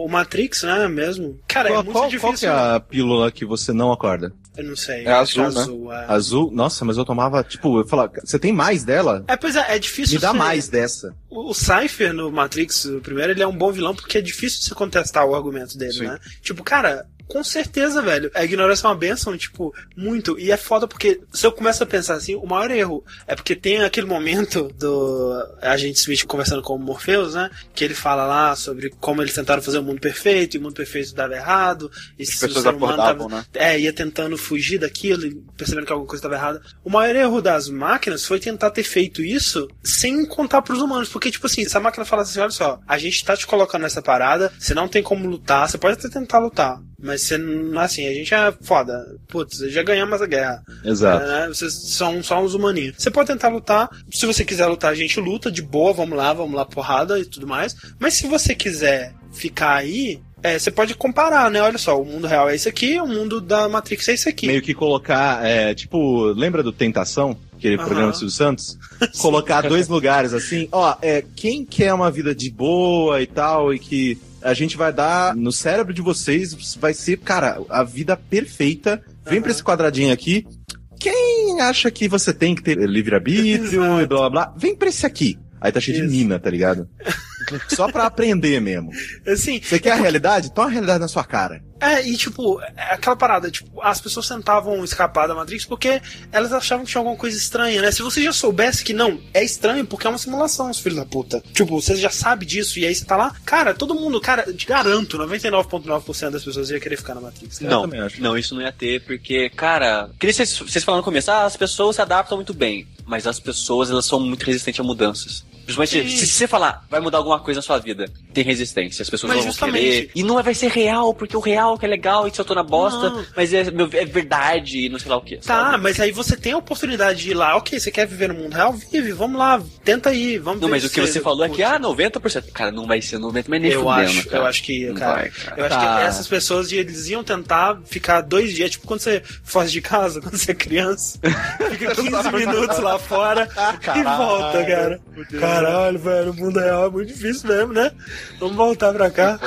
[SPEAKER 2] o Matrix, né, mesmo. Cara, é
[SPEAKER 1] qual,
[SPEAKER 2] muito
[SPEAKER 1] qual- qual que
[SPEAKER 2] difícil.
[SPEAKER 1] é a pílula que você não acorda?
[SPEAKER 2] Eu não sei.
[SPEAKER 3] É azul, né?
[SPEAKER 2] azul é.
[SPEAKER 1] Azul? Nossa, mas eu tomava, tipo, eu falava, você tem mais dela?
[SPEAKER 2] É, pois é, é difícil.
[SPEAKER 1] Me dá
[SPEAKER 2] você-
[SPEAKER 1] mais dessa.
[SPEAKER 2] O o Cypher no Matrix, o primeiro, ele é um bom vilão porque é difícil você contestar o argumento dele,
[SPEAKER 3] Sim.
[SPEAKER 2] né? Tipo, cara, com certeza, velho. A ignorância é uma benção, tipo, muito. E é foda porque se eu começo a pensar assim, o maior erro é porque tem aquele momento do agente Smith conversando com o Morpheus, né? Que ele fala lá sobre como eles tentaram fazer o mundo perfeito e o mundo perfeito dava errado. E
[SPEAKER 3] As
[SPEAKER 2] se o
[SPEAKER 3] pessoas
[SPEAKER 2] ser humano tava
[SPEAKER 3] acordavam, né?
[SPEAKER 2] é, ia tentando fugir daquilo, e percebendo que alguma coisa estava errada. O maior erro das máquinas foi tentar ter feito isso sem contar pros humanos, porque tipo assim, se a máquina falasse assim, olha só, a gente tá te colocando nessa parada, você não tem como lutar, você pode até tentar lutar, mas você não assim, a gente é foda. Putz, já ganhamos a guerra.
[SPEAKER 1] Exato.
[SPEAKER 2] Né? Vocês são só uns humaninhos. Você pode tentar lutar. Se você quiser lutar, a gente luta de boa, vamos lá, vamos lá, porrada e tudo mais. Mas se você quiser ficar aí, é, você pode comparar, né? Olha só, o mundo real é esse aqui, o mundo da Matrix é esse aqui.
[SPEAKER 1] Meio que colocar, é, tipo, lembra do Tentação? Aquele
[SPEAKER 2] Aham.
[SPEAKER 1] programa do Silvio Santos? colocar dois lugares assim, ó, é, quem quer uma vida de boa e tal, e que a gente vai dar no cérebro de vocês, vai ser, cara, a vida perfeita. Vem
[SPEAKER 2] Aham.
[SPEAKER 1] pra esse quadradinho aqui. Quem acha que você tem que ter livre-arbítrio e blá blá blá, vem pra esse aqui. Aí tá cheio
[SPEAKER 2] Isso.
[SPEAKER 1] de mina, tá ligado? Só pra aprender mesmo.
[SPEAKER 2] Assim,
[SPEAKER 1] Você quer a realidade? Toma a realidade na sua cara.
[SPEAKER 2] É, e tipo, é aquela parada, tipo, as pessoas tentavam escapar da Matrix porque elas achavam que tinha alguma coisa estranha, né? Se você já soubesse que não, é estranho porque é uma simulação, os filhos da puta. Tipo, você já sabe disso e aí você tá lá, cara, todo mundo, cara, eu te garanto, 99,9% das pessoas ia querer ficar na Matrix. cara.
[SPEAKER 1] Eu
[SPEAKER 4] Não,
[SPEAKER 1] também acho.
[SPEAKER 4] não, isso não ia ter, porque, cara, que nem vocês, vocês falaram no começo, ah, as pessoas se adaptam muito bem, mas as pessoas, elas são muito resistentes a mudanças. Principalmente,
[SPEAKER 2] Sim.
[SPEAKER 4] se, se você falar, vai mudar alguma coisa na sua vida, tem resistência, as pessoas
[SPEAKER 2] Mas
[SPEAKER 4] não vão
[SPEAKER 2] justamente-
[SPEAKER 4] querer. E não é, vai ser real, porque o real que é legal, e se eu tô na bosta,
[SPEAKER 2] Não.
[SPEAKER 4] mas é, meu- é verdade, e não sei lá o que.
[SPEAKER 2] Tá, mas aí você tem a oportunidade de ir lá, ok, você quer viver no mundo real? Vive, vamos lá, tenta aí, vamos
[SPEAKER 4] Não,
[SPEAKER 2] ver
[SPEAKER 4] mas o
[SPEAKER 2] se
[SPEAKER 4] que você falou é
[SPEAKER 2] Putz,
[SPEAKER 4] que, ah, 90%. Cara, não vai ser 90%, mas nem
[SPEAKER 2] Eu
[SPEAKER 4] fudendo,
[SPEAKER 2] acho,
[SPEAKER 4] cara.
[SPEAKER 2] eu acho que,
[SPEAKER 4] Não
[SPEAKER 2] cara,
[SPEAKER 4] vai, cara.
[SPEAKER 2] Eu acho
[SPEAKER 1] Tá.
[SPEAKER 2] que essas pessoas eles iam tentar ficar dois dias, tipo quando você foge de casa, quando você é criança, fica
[SPEAKER 1] Tá.
[SPEAKER 2] 15 minutos lá fora e volta, cara. Caralho, velho, o mundo real é muito difícil mesmo, né? Vamos voltar pra cá.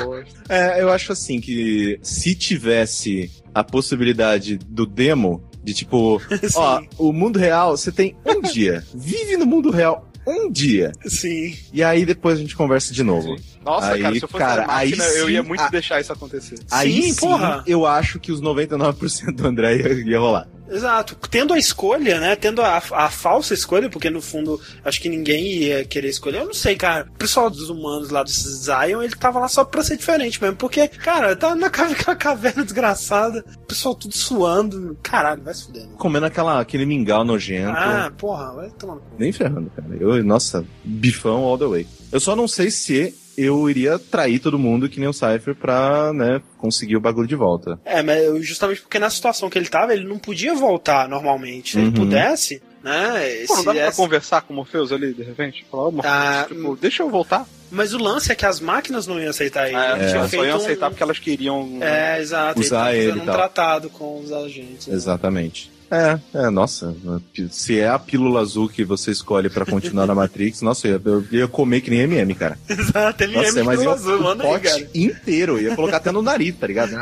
[SPEAKER 1] É, eu acho assim que se tivesse a possibilidade do demo, de tipo, ó,
[SPEAKER 2] Sim,
[SPEAKER 1] o mundo real, você tem um dia. Vive no mundo real um dia.
[SPEAKER 2] sim.
[SPEAKER 1] E aí depois a gente conversa de novo.
[SPEAKER 3] Nossa,
[SPEAKER 1] Aí,
[SPEAKER 3] cara, se eu fosse
[SPEAKER 1] cara,
[SPEAKER 3] a máquina,
[SPEAKER 1] aí
[SPEAKER 3] eu
[SPEAKER 1] sim,
[SPEAKER 3] ia muito
[SPEAKER 1] a-
[SPEAKER 3] deixar isso acontecer.
[SPEAKER 1] aí
[SPEAKER 2] Sim,
[SPEAKER 1] sim,
[SPEAKER 2] porra.
[SPEAKER 1] eu acho que os 99% do André ia, ia rolar.
[SPEAKER 2] Exato. Tendo a escolha, né? Tendo a, a falsa escolha, porque no fundo acho que ninguém ia querer escolher. Eu não sei, cara. O pessoal dos humanos lá do Zion, ele tava lá só pra ser diferente mesmo. Porque, cara, tá na ca- aquela caverna desgraçada. O pessoal tudo suando. Caralho, vai se fuder. Né?
[SPEAKER 1] Comendo aquela, aquele mingau nojento.
[SPEAKER 2] Ah, porra, vai tomar no cu.
[SPEAKER 1] Nem ferrando, cara. Eu, nossa, bifão all the way. Eu só não sei se eu iria trair todo mundo que nem o Cypher pra, né, conseguir o bagulho de volta.
[SPEAKER 2] É, mas eu- justamente porque na situação que ele tava, ele não podia voltar normalmente. Se
[SPEAKER 1] Uhum.
[SPEAKER 2] ele pudesse, né?
[SPEAKER 3] Pô, não
[SPEAKER 2] se
[SPEAKER 1] é
[SPEAKER 3] dá pra
[SPEAKER 2] essa-
[SPEAKER 3] conversar com o Morpheus ali, de repente? Falar, ô, Morpheus,
[SPEAKER 1] Tá,
[SPEAKER 2] Ah,
[SPEAKER 1] hum,
[SPEAKER 3] tipo, deixa eu voltar.
[SPEAKER 2] Mas o lance é que as máquinas não iam aceitar
[SPEAKER 1] é,
[SPEAKER 2] ele.
[SPEAKER 3] Ah,
[SPEAKER 2] Ele tinha
[SPEAKER 3] Só
[SPEAKER 2] feito
[SPEAKER 3] iam
[SPEAKER 2] um-
[SPEAKER 3] aceitar porque elas queriam... um-
[SPEAKER 2] É, exato.
[SPEAKER 1] Né? Usar
[SPEAKER 2] ele
[SPEAKER 1] ele
[SPEAKER 2] tá
[SPEAKER 1] e
[SPEAKER 2] fazendo um
[SPEAKER 1] tal.
[SPEAKER 2] tratado com os agentes. né?
[SPEAKER 1] Exatamente. É, é, nossa. Se é a pílula azul que você escolhe pra continuar na Matrix, nossa, eu ia, eu ia comer que nem MM, cara.
[SPEAKER 2] Exato, ele
[SPEAKER 1] Nossa,
[SPEAKER 2] é
[SPEAKER 1] mas
[SPEAKER 2] muito
[SPEAKER 1] eu,
[SPEAKER 2] azul,
[SPEAKER 1] o
[SPEAKER 2] manda aí,
[SPEAKER 1] pote
[SPEAKER 2] cara.
[SPEAKER 1] inteiro, eu ia colocar até no nariz, tá ligado?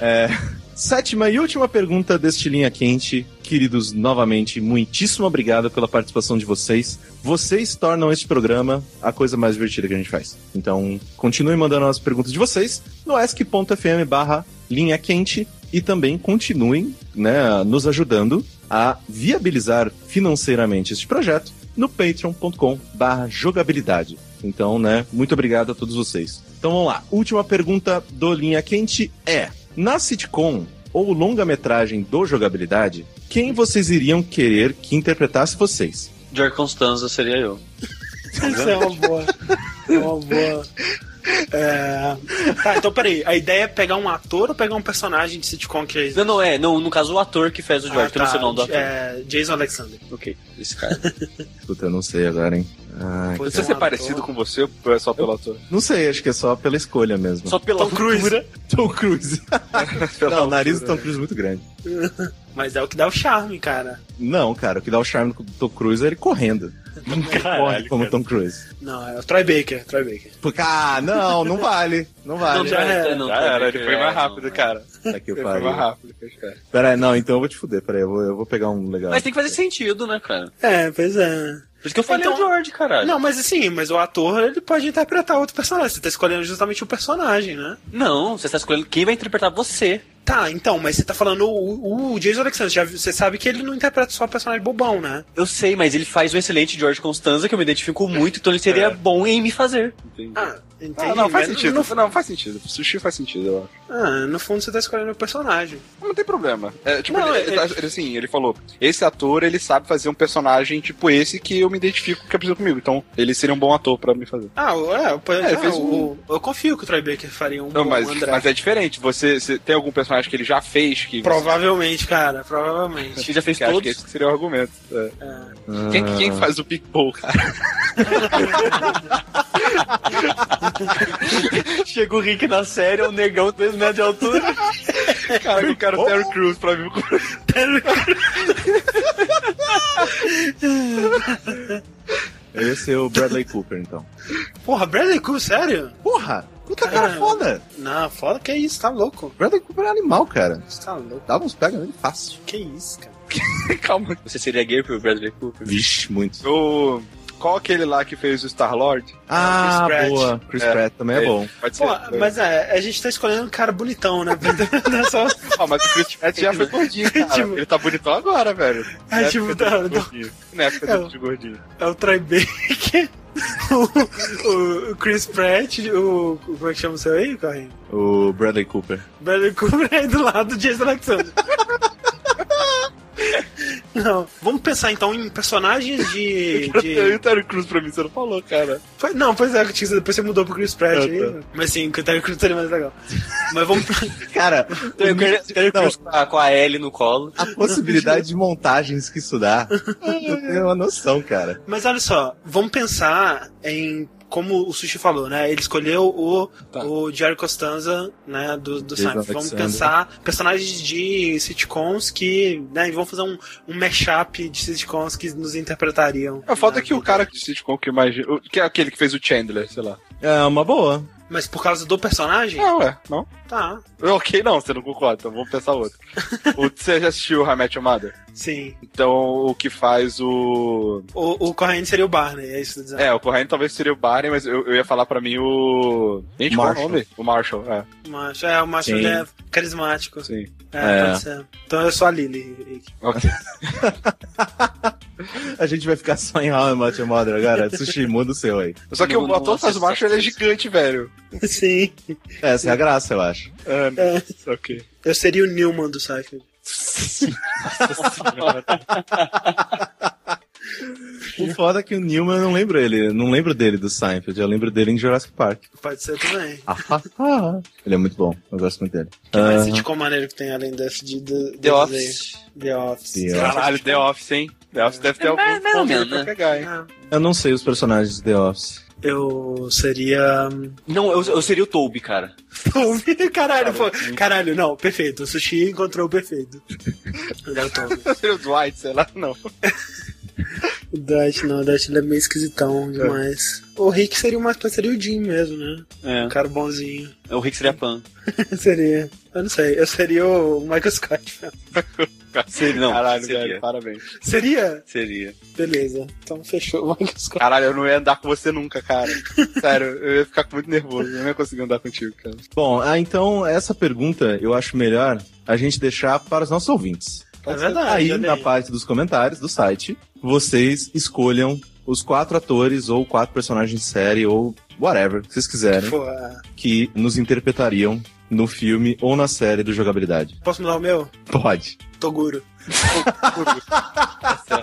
[SPEAKER 1] É, sétima e última pergunta deste Linha Quente. Queridos, novamente, muitíssimo obrigado pela participação de vocês. Vocês tornam este programa a coisa mais divertida que a gente faz. Então, continuem mandando as perguntas de vocês no ask.fm barra linha quente e também continuem né, nos ajudando a viabilizar financeiramente este projeto no patreon.com barra jogabilidade. Então, né, muito obrigado a todos vocês. Então vamos lá, última pergunta do Linha Quente é, na sitcom ou longa-metragem do Jogabilidade, quem vocês iriam querer que interpretasse vocês?
[SPEAKER 4] George Constanza seria eu.
[SPEAKER 2] Isso é uma boa. É uma boa. É... Tá, então peraí. A ideia é pegar um ator ou pegar um personagem de sitcom que é.
[SPEAKER 4] Não, não, é. Não, no caso, o ator que fez o George, que eu não sei o nome do ator.
[SPEAKER 2] Ah, é, Jason Alexander.
[SPEAKER 4] Ok, esse cara.
[SPEAKER 1] Puta, eu não sei agora, hein? Ai,
[SPEAKER 2] Pode
[SPEAKER 3] Precisa ser parecido
[SPEAKER 1] um-
[SPEAKER 3] com você ou é só pelo ator?
[SPEAKER 1] não sei, acho que é só pela escolha mesmo.
[SPEAKER 4] Só pela
[SPEAKER 2] Tom Cruise.
[SPEAKER 4] altura.
[SPEAKER 1] Tom Cruise.
[SPEAKER 3] Pela
[SPEAKER 1] não, o nariz do
[SPEAKER 3] altura,
[SPEAKER 1] Tom Cruise é muito grande.
[SPEAKER 2] Mas é o que dá o charme, cara.
[SPEAKER 1] Não, cara, o que dá o charme do Tom Cruise é ele correndo. Ninguém corre
[SPEAKER 4] Caralho,
[SPEAKER 1] como
[SPEAKER 4] cara.
[SPEAKER 1] Tom Cruise.
[SPEAKER 2] Não, é o Troy Baker. Troy Baker.
[SPEAKER 1] Porque, ah, não, não vale. Não
[SPEAKER 4] Não,
[SPEAKER 1] vale.
[SPEAKER 2] já
[SPEAKER 4] já
[SPEAKER 2] era.
[SPEAKER 4] era.
[SPEAKER 3] né?
[SPEAKER 4] Não,
[SPEAKER 3] Já era, ele foi
[SPEAKER 2] é,
[SPEAKER 3] mais rápido, cara.
[SPEAKER 1] Tá que
[SPEAKER 3] Ele foi mais
[SPEAKER 1] pariu.
[SPEAKER 3] rápido, cara.
[SPEAKER 1] Peraí, não, então eu vou te fuder. Peraí, eu vou, eu vou pegar um legal.
[SPEAKER 4] Mas tem que fazer sentido, né, cara?
[SPEAKER 2] É, pois é.
[SPEAKER 4] Por isso que eu falei
[SPEAKER 2] Então-
[SPEAKER 4] o George, caralho.
[SPEAKER 2] Não, mas assim, mas o ator ele pode interpretar outro personagem. Você tá escolhendo justamente o personagem, né?
[SPEAKER 4] Não, você está escolhendo quem vai interpretar você.
[SPEAKER 2] Tá, então, mas você tá falando o, o Jason Alexander. Já, vi- você sabe que ele não interpreta só personagem bobão, né?
[SPEAKER 4] Eu sei, mas ele faz o excelente George Constanza, que eu me identifico muito, então ele seria
[SPEAKER 3] É.
[SPEAKER 4] bom em me fazer.
[SPEAKER 3] Entendi.
[SPEAKER 2] Ah, entendi.
[SPEAKER 3] Ah, não, faz
[SPEAKER 2] mas
[SPEAKER 3] sentido.
[SPEAKER 2] no-
[SPEAKER 3] Não, faz sentido. Sushi faz sentido, eu acho.
[SPEAKER 2] ah, no fundo você tá escolhendo o personagem.
[SPEAKER 3] Não tem problema. É, tipo,
[SPEAKER 2] Não,
[SPEAKER 3] ele,
[SPEAKER 2] é-
[SPEAKER 3] ele- ele- assim, ele falou: esse ator ele sabe fazer um personagem tipo esse que eu me identifico que precisa comigo. Então, ele seria um bom ator pra me fazer.
[SPEAKER 2] Ah, o- é, o-
[SPEAKER 3] É, ele
[SPEAKER 2] ah,
[SPEAKER 3] fez
[SPEAKER 2] o- eu confio que o Troy Baker faria um
[SPEAKER 3] Não,
[SPEAKER 2] bom
[SPEAKER 3] mas,
[SPEAKER 2] André.
[SPEAKER 3] mas é diferente. Você, você tem algum personagem que ele já fez que.
[SPEAKER 2] Provavelmente, cara,
[SPEAKER 4] A
[SPEAKER 2] provavelmente.
[SPEAKER 4] gente já fez
[SPEAKER 3] que acho que
[SPEAKER 4] todos.
[SPEAKER 3] esse seria o argumento. É.
[SPEAKER 2] É.
[SPEAKER 1] Ah.
[SPEAKER 3] Quem, quem faz o Pitbull, cara?
[SPEAKER 4] Chega o Rick na série, é um negão de 2 metros de altura.
[SPEAKER 3] Cara, eu
[SPEAKER 2] Oh.
[SPEAKER 3] quero Terry Crews pra mim.
[SPEAKER 1] Esse é o Bradley Cooper, então.
[SPEAKER 2] Porra, Bradley Cooper, sério?
[SPEAKER 1] Porra! Puta
[SPEAKER 2] Ah.
[SPEAKER 1] cara foda!
[SPEAKER 2] Não, foda que isso, tá louco.
[SPEAKER 1] Bradley Cooper é animal, cara.
[SPEAKER 2] Você tá louco,
[SPEAKER 1] Dava uns pega nele fácil.
[SPEAKER 2] que isso, cara.
[SPEAKER 3] Calma.
[SPEAKER 4] Você seria gay pro Bradley Cooper?
[SPEAKER 1] Vixe, muito.
[SPEAKER 3] O, qual aquele lá que fez o Star-Lord?
[SPEAKER 1] Ah,
[SPEAKER 2] Chris Pratt.
[SPEAKER 1] boa. Chris
[SPEAKER 3] É.
[SPEAKER 1] Pratt também é,
[SPEAKER 3] É.
[SPEAKER 1] bom.
[SPEAKER 3] Pode ser.
[SPEAKER 2] Pô, mas é, a gente tá escolhendo um cara bonitão, né? pra interpretar só-
[SPEAKER 3] Ah, mas o Chris Pratt já foi gordinho, cara.
[SPEAKER 2] Tipo-
[SPEAKER 3] Ele tá bonitão agora, velho.
[SPEAKER 2] É,
[SPEAKER 3] Na
[SPEAKER 2] tipo,
[SPEAKER 3] época
[SPEAKER 2] tá-
[SPEAKER 3] dele de gordinho. Na época dele de gordinho.
[SPEAKER 2] É o Troy Baker, o, o- o Chris Pratt, o. Como é que chama o seu aí, Corrinho?
[SPEAKER 1] O Bradley Cooper.
[SPEAKER 2] Bradley Cooper aí do lado do Jason Alexander. Não, vamos pensar então em personagens de.
[SPEAKER 3] E
[SPEAKER 2] de-
[SPEAKER 3] o Terry Crews pra mim, você não falou, cara.
[SPEAKER 2] Foi- Não, pois é, Tix, depois você mudou pro Chris Pratt
[SPEAKER 3] Ah,
[SPEAKER 2] aí.
[SPEAKER 3] tá.
[SPEAKER 2] Mas sim, que o Terry Crews seria mais legal. Mas vamos.
[SPEAKER 1] Cara,
[SPEAKER 4] Então,
[SPEAKER 3] um
[SPEAKER 4] eu quero, eu quero
[SPEAKER 1] Não,
[SPEAKER 4] cruzar com a- com a Ellie no colo.
[SPEAKER 1] a possibilidade de montagens que isso dá. Eu tenho uma noção, cara.
[SPEAKER 2] Mas olha só, vamos pensar em como o Sushi falou, né? Ele escolheu o,
[SPEAKER 3] Tá.
[SPEAKER 2] o Jerry Costanza, né, do, do
[SPEAKER 1] Jason
[SPEAKER 2] Seinfeld. Vamos
[SPEAKER 1] Alexander.
[SPEAKER 2] pensar personagens de sitcoms que, né, e vamos fazer um, um mashup de sitcoms que nos interpretariam.
[SPEAKER 3] A falta
[SPEAKER 2] né?
[SPEAKER 3] é que o cara de sitcom que imagina. o- Que é aquele que fez o Chandler, sei lá.
[SPEAKER 1] É uma boa.
[SPEAKER 2] Mas por causa do personagem?
[SPEAKER 1] É.
[SPEAKER 3] Ah, ué, não?
[SPEAKER 2] Tá,
[SPEAKER 3] Ok, não, você não concorda, então vamos pensar outro. o, você já assistiu o Hamet Mother?
[SPEAKER 2] sim.
[SPEAKER 3] Então o que faz o.
[SPEAKER 2] O, o Corrente seria o Barney, é isso que eu tô dizendo.
[SPEAKER 3] É, o Corrente talvez seria o Barney, mas eu, eu ia falar pra mim o. Gente, qual é o
[SPEAKER 1] Marshall.
[SPEAKER 3] nome? O Marshall, é.
[SPEAKER 2] O macho, é, o macho
[SPEAKER 1] Sim.
[SPEAKER 2] ele é carismático.
[SPEAKER 3] Sim.
[SPEAKER 2] É,
[SPEAKER 1] É.
[SPEAKER 2] pode ser. Então eu sou a Lily, Rick.
[SPEAKER 3] Ok.
[SPEAKER 1] A gente vai ficar só em How I Met Your Mother agora. Sushi, muda o seu aí.
[SPEAKER 3] Só que
[SPEAKER 4] Não,
[SPEAKER 3] o
[SPEAKER 4] não
[SPEAKER 3] ator que faz o
[SPEAKER 4] assisto
[SPEAKER 3] Marshall, ele é
[SPEAKER 4] essas
[SPEAKER 3] gigante, velho.
[SPEAKER 2] Sim.
[SPEAKER 1] Essa é a graça, eu acho.
[SPEAKER 3] É,
[SPEAKER 2] É.
[SPEAKER 3] ok.
[SPEAKER 2] Eu seria o Newman do Seinfeld.
[SPEAKER 1] O foda é que o Newman, eu não lembro ele. Não lembro dele do Seinfeld. Eu lembro dele em Jurassic Park.
[SPEAKER 2] Pode ser também.
[SPEAKER 1] Ah, ah, ah. ele é muito bom. Eu gosto muito dele.
[SPEAKER 2] Que mais
[SPEAKER 1] Ah.
[SPEAKER 2] sitcom maneiro que tem além desse de, de,
[SPEAKER 4] The
[SPEAKER 2] desse aí?
[SPEAKER 4] Office.
[SPEAKER 2] The Office.
[SPEAKER 1] The Office.
[SPEAKER 3] Caralho, The Office, hein? The Office deve ter
[SPEAKER 4] É, mais-
[SPEAKER 3] algum
[SPEAKER 4] mais ou
[SPEAKER 3] ponto
[SPEAKER 4] menos,
[SPEAKER 3] pra
[SPEAKER 4] né?
[SPEAKER 3] pegar, hein?
[SPEAKER 2] Ah,
[SPEAKER 1] Eu não sei os personagens de The Office.
[SPEAKER 2] eu seria.
[SPEAKER 4] Não, eu, eu seria o Toby, cara.
[SPEAKER 2] Toby. Caralho, pô. Caralho, não, perfeito. O sushi encontrou o perfeito. Ele é o Toby.
[SPEAKER 3] Seria o Dwight, sei lá, não.
[SPEAKER 2] O Dutch não, o Dutch ele é meio esquisitão demais. O Rick seria o mais seria o Jim mesmo, né? Um
[SPEAKER 4] É.
[SPEAKER 2] cara bonzinho.
[SPEAKER 4] O Rick seria Pan.
[SPEAKER 2] seria. Eu não sei, eu seria o Michael Scott.
[SPEAKER 4] Seria, não,
[SPEAKER 3] Caralho,
[SPEAKER 4] seria.
[SPEAKER 3] velho, parabéns.
[SPEAKER 2] Seria?
[SPEAKER 4] Seria.
[SPEAKER 2] Beleza. Então fechou o Michael Scott.
[SPEAKER 3] Caralho, eu não ia andar com você nunca, cara. Sério, eu ia ficar muito nervoso. Eu não ia conseguir andar contigo, cara.
[SPEAKER 1] Bom, ah, então essa pergunta eu acho melhor a gente deixar para os nossos ouvintes.
[SPEAKER 2] É verdade.
[SPEAKER 1] Aí,
[SPEAKER 2] olha
[SPEAKER 1] na parte dos comentários do site, vocês escolham os quatro atores ou quatro personagens de série ou whatever que vocês quiserem
[SPEAKER 2] Pô, ah,
[SPEAKER 1] que nos interpretariam no filme ou na série do jogabilidade.
[SPEAKER 2] posso mudar o meu?
[SPEAKER 1] Pode.
[SPEAKER 2] Toguro.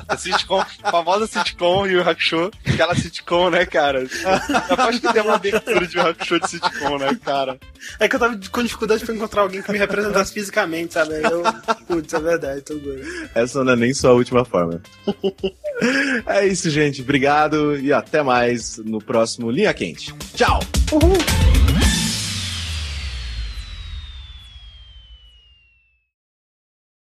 [SPEAKER 3] A sitcom, a famosa sitcom e o Hakusho, aquela sitcom, né, cara? Eu acho que tem uma abertura de Hakusho de sitcom, né, cara?
[SPEAKER 2] É que eu tava com dificuldade pra encontrar alguém que me representasse fisicamente, sabe? Aí Eu, putz, é verdade, Toguro.
[SPEAKER 1] Essa não é nem só a última forma. é isso, gente. Obrigado e até mais no próximo Linha Quente. Tchau!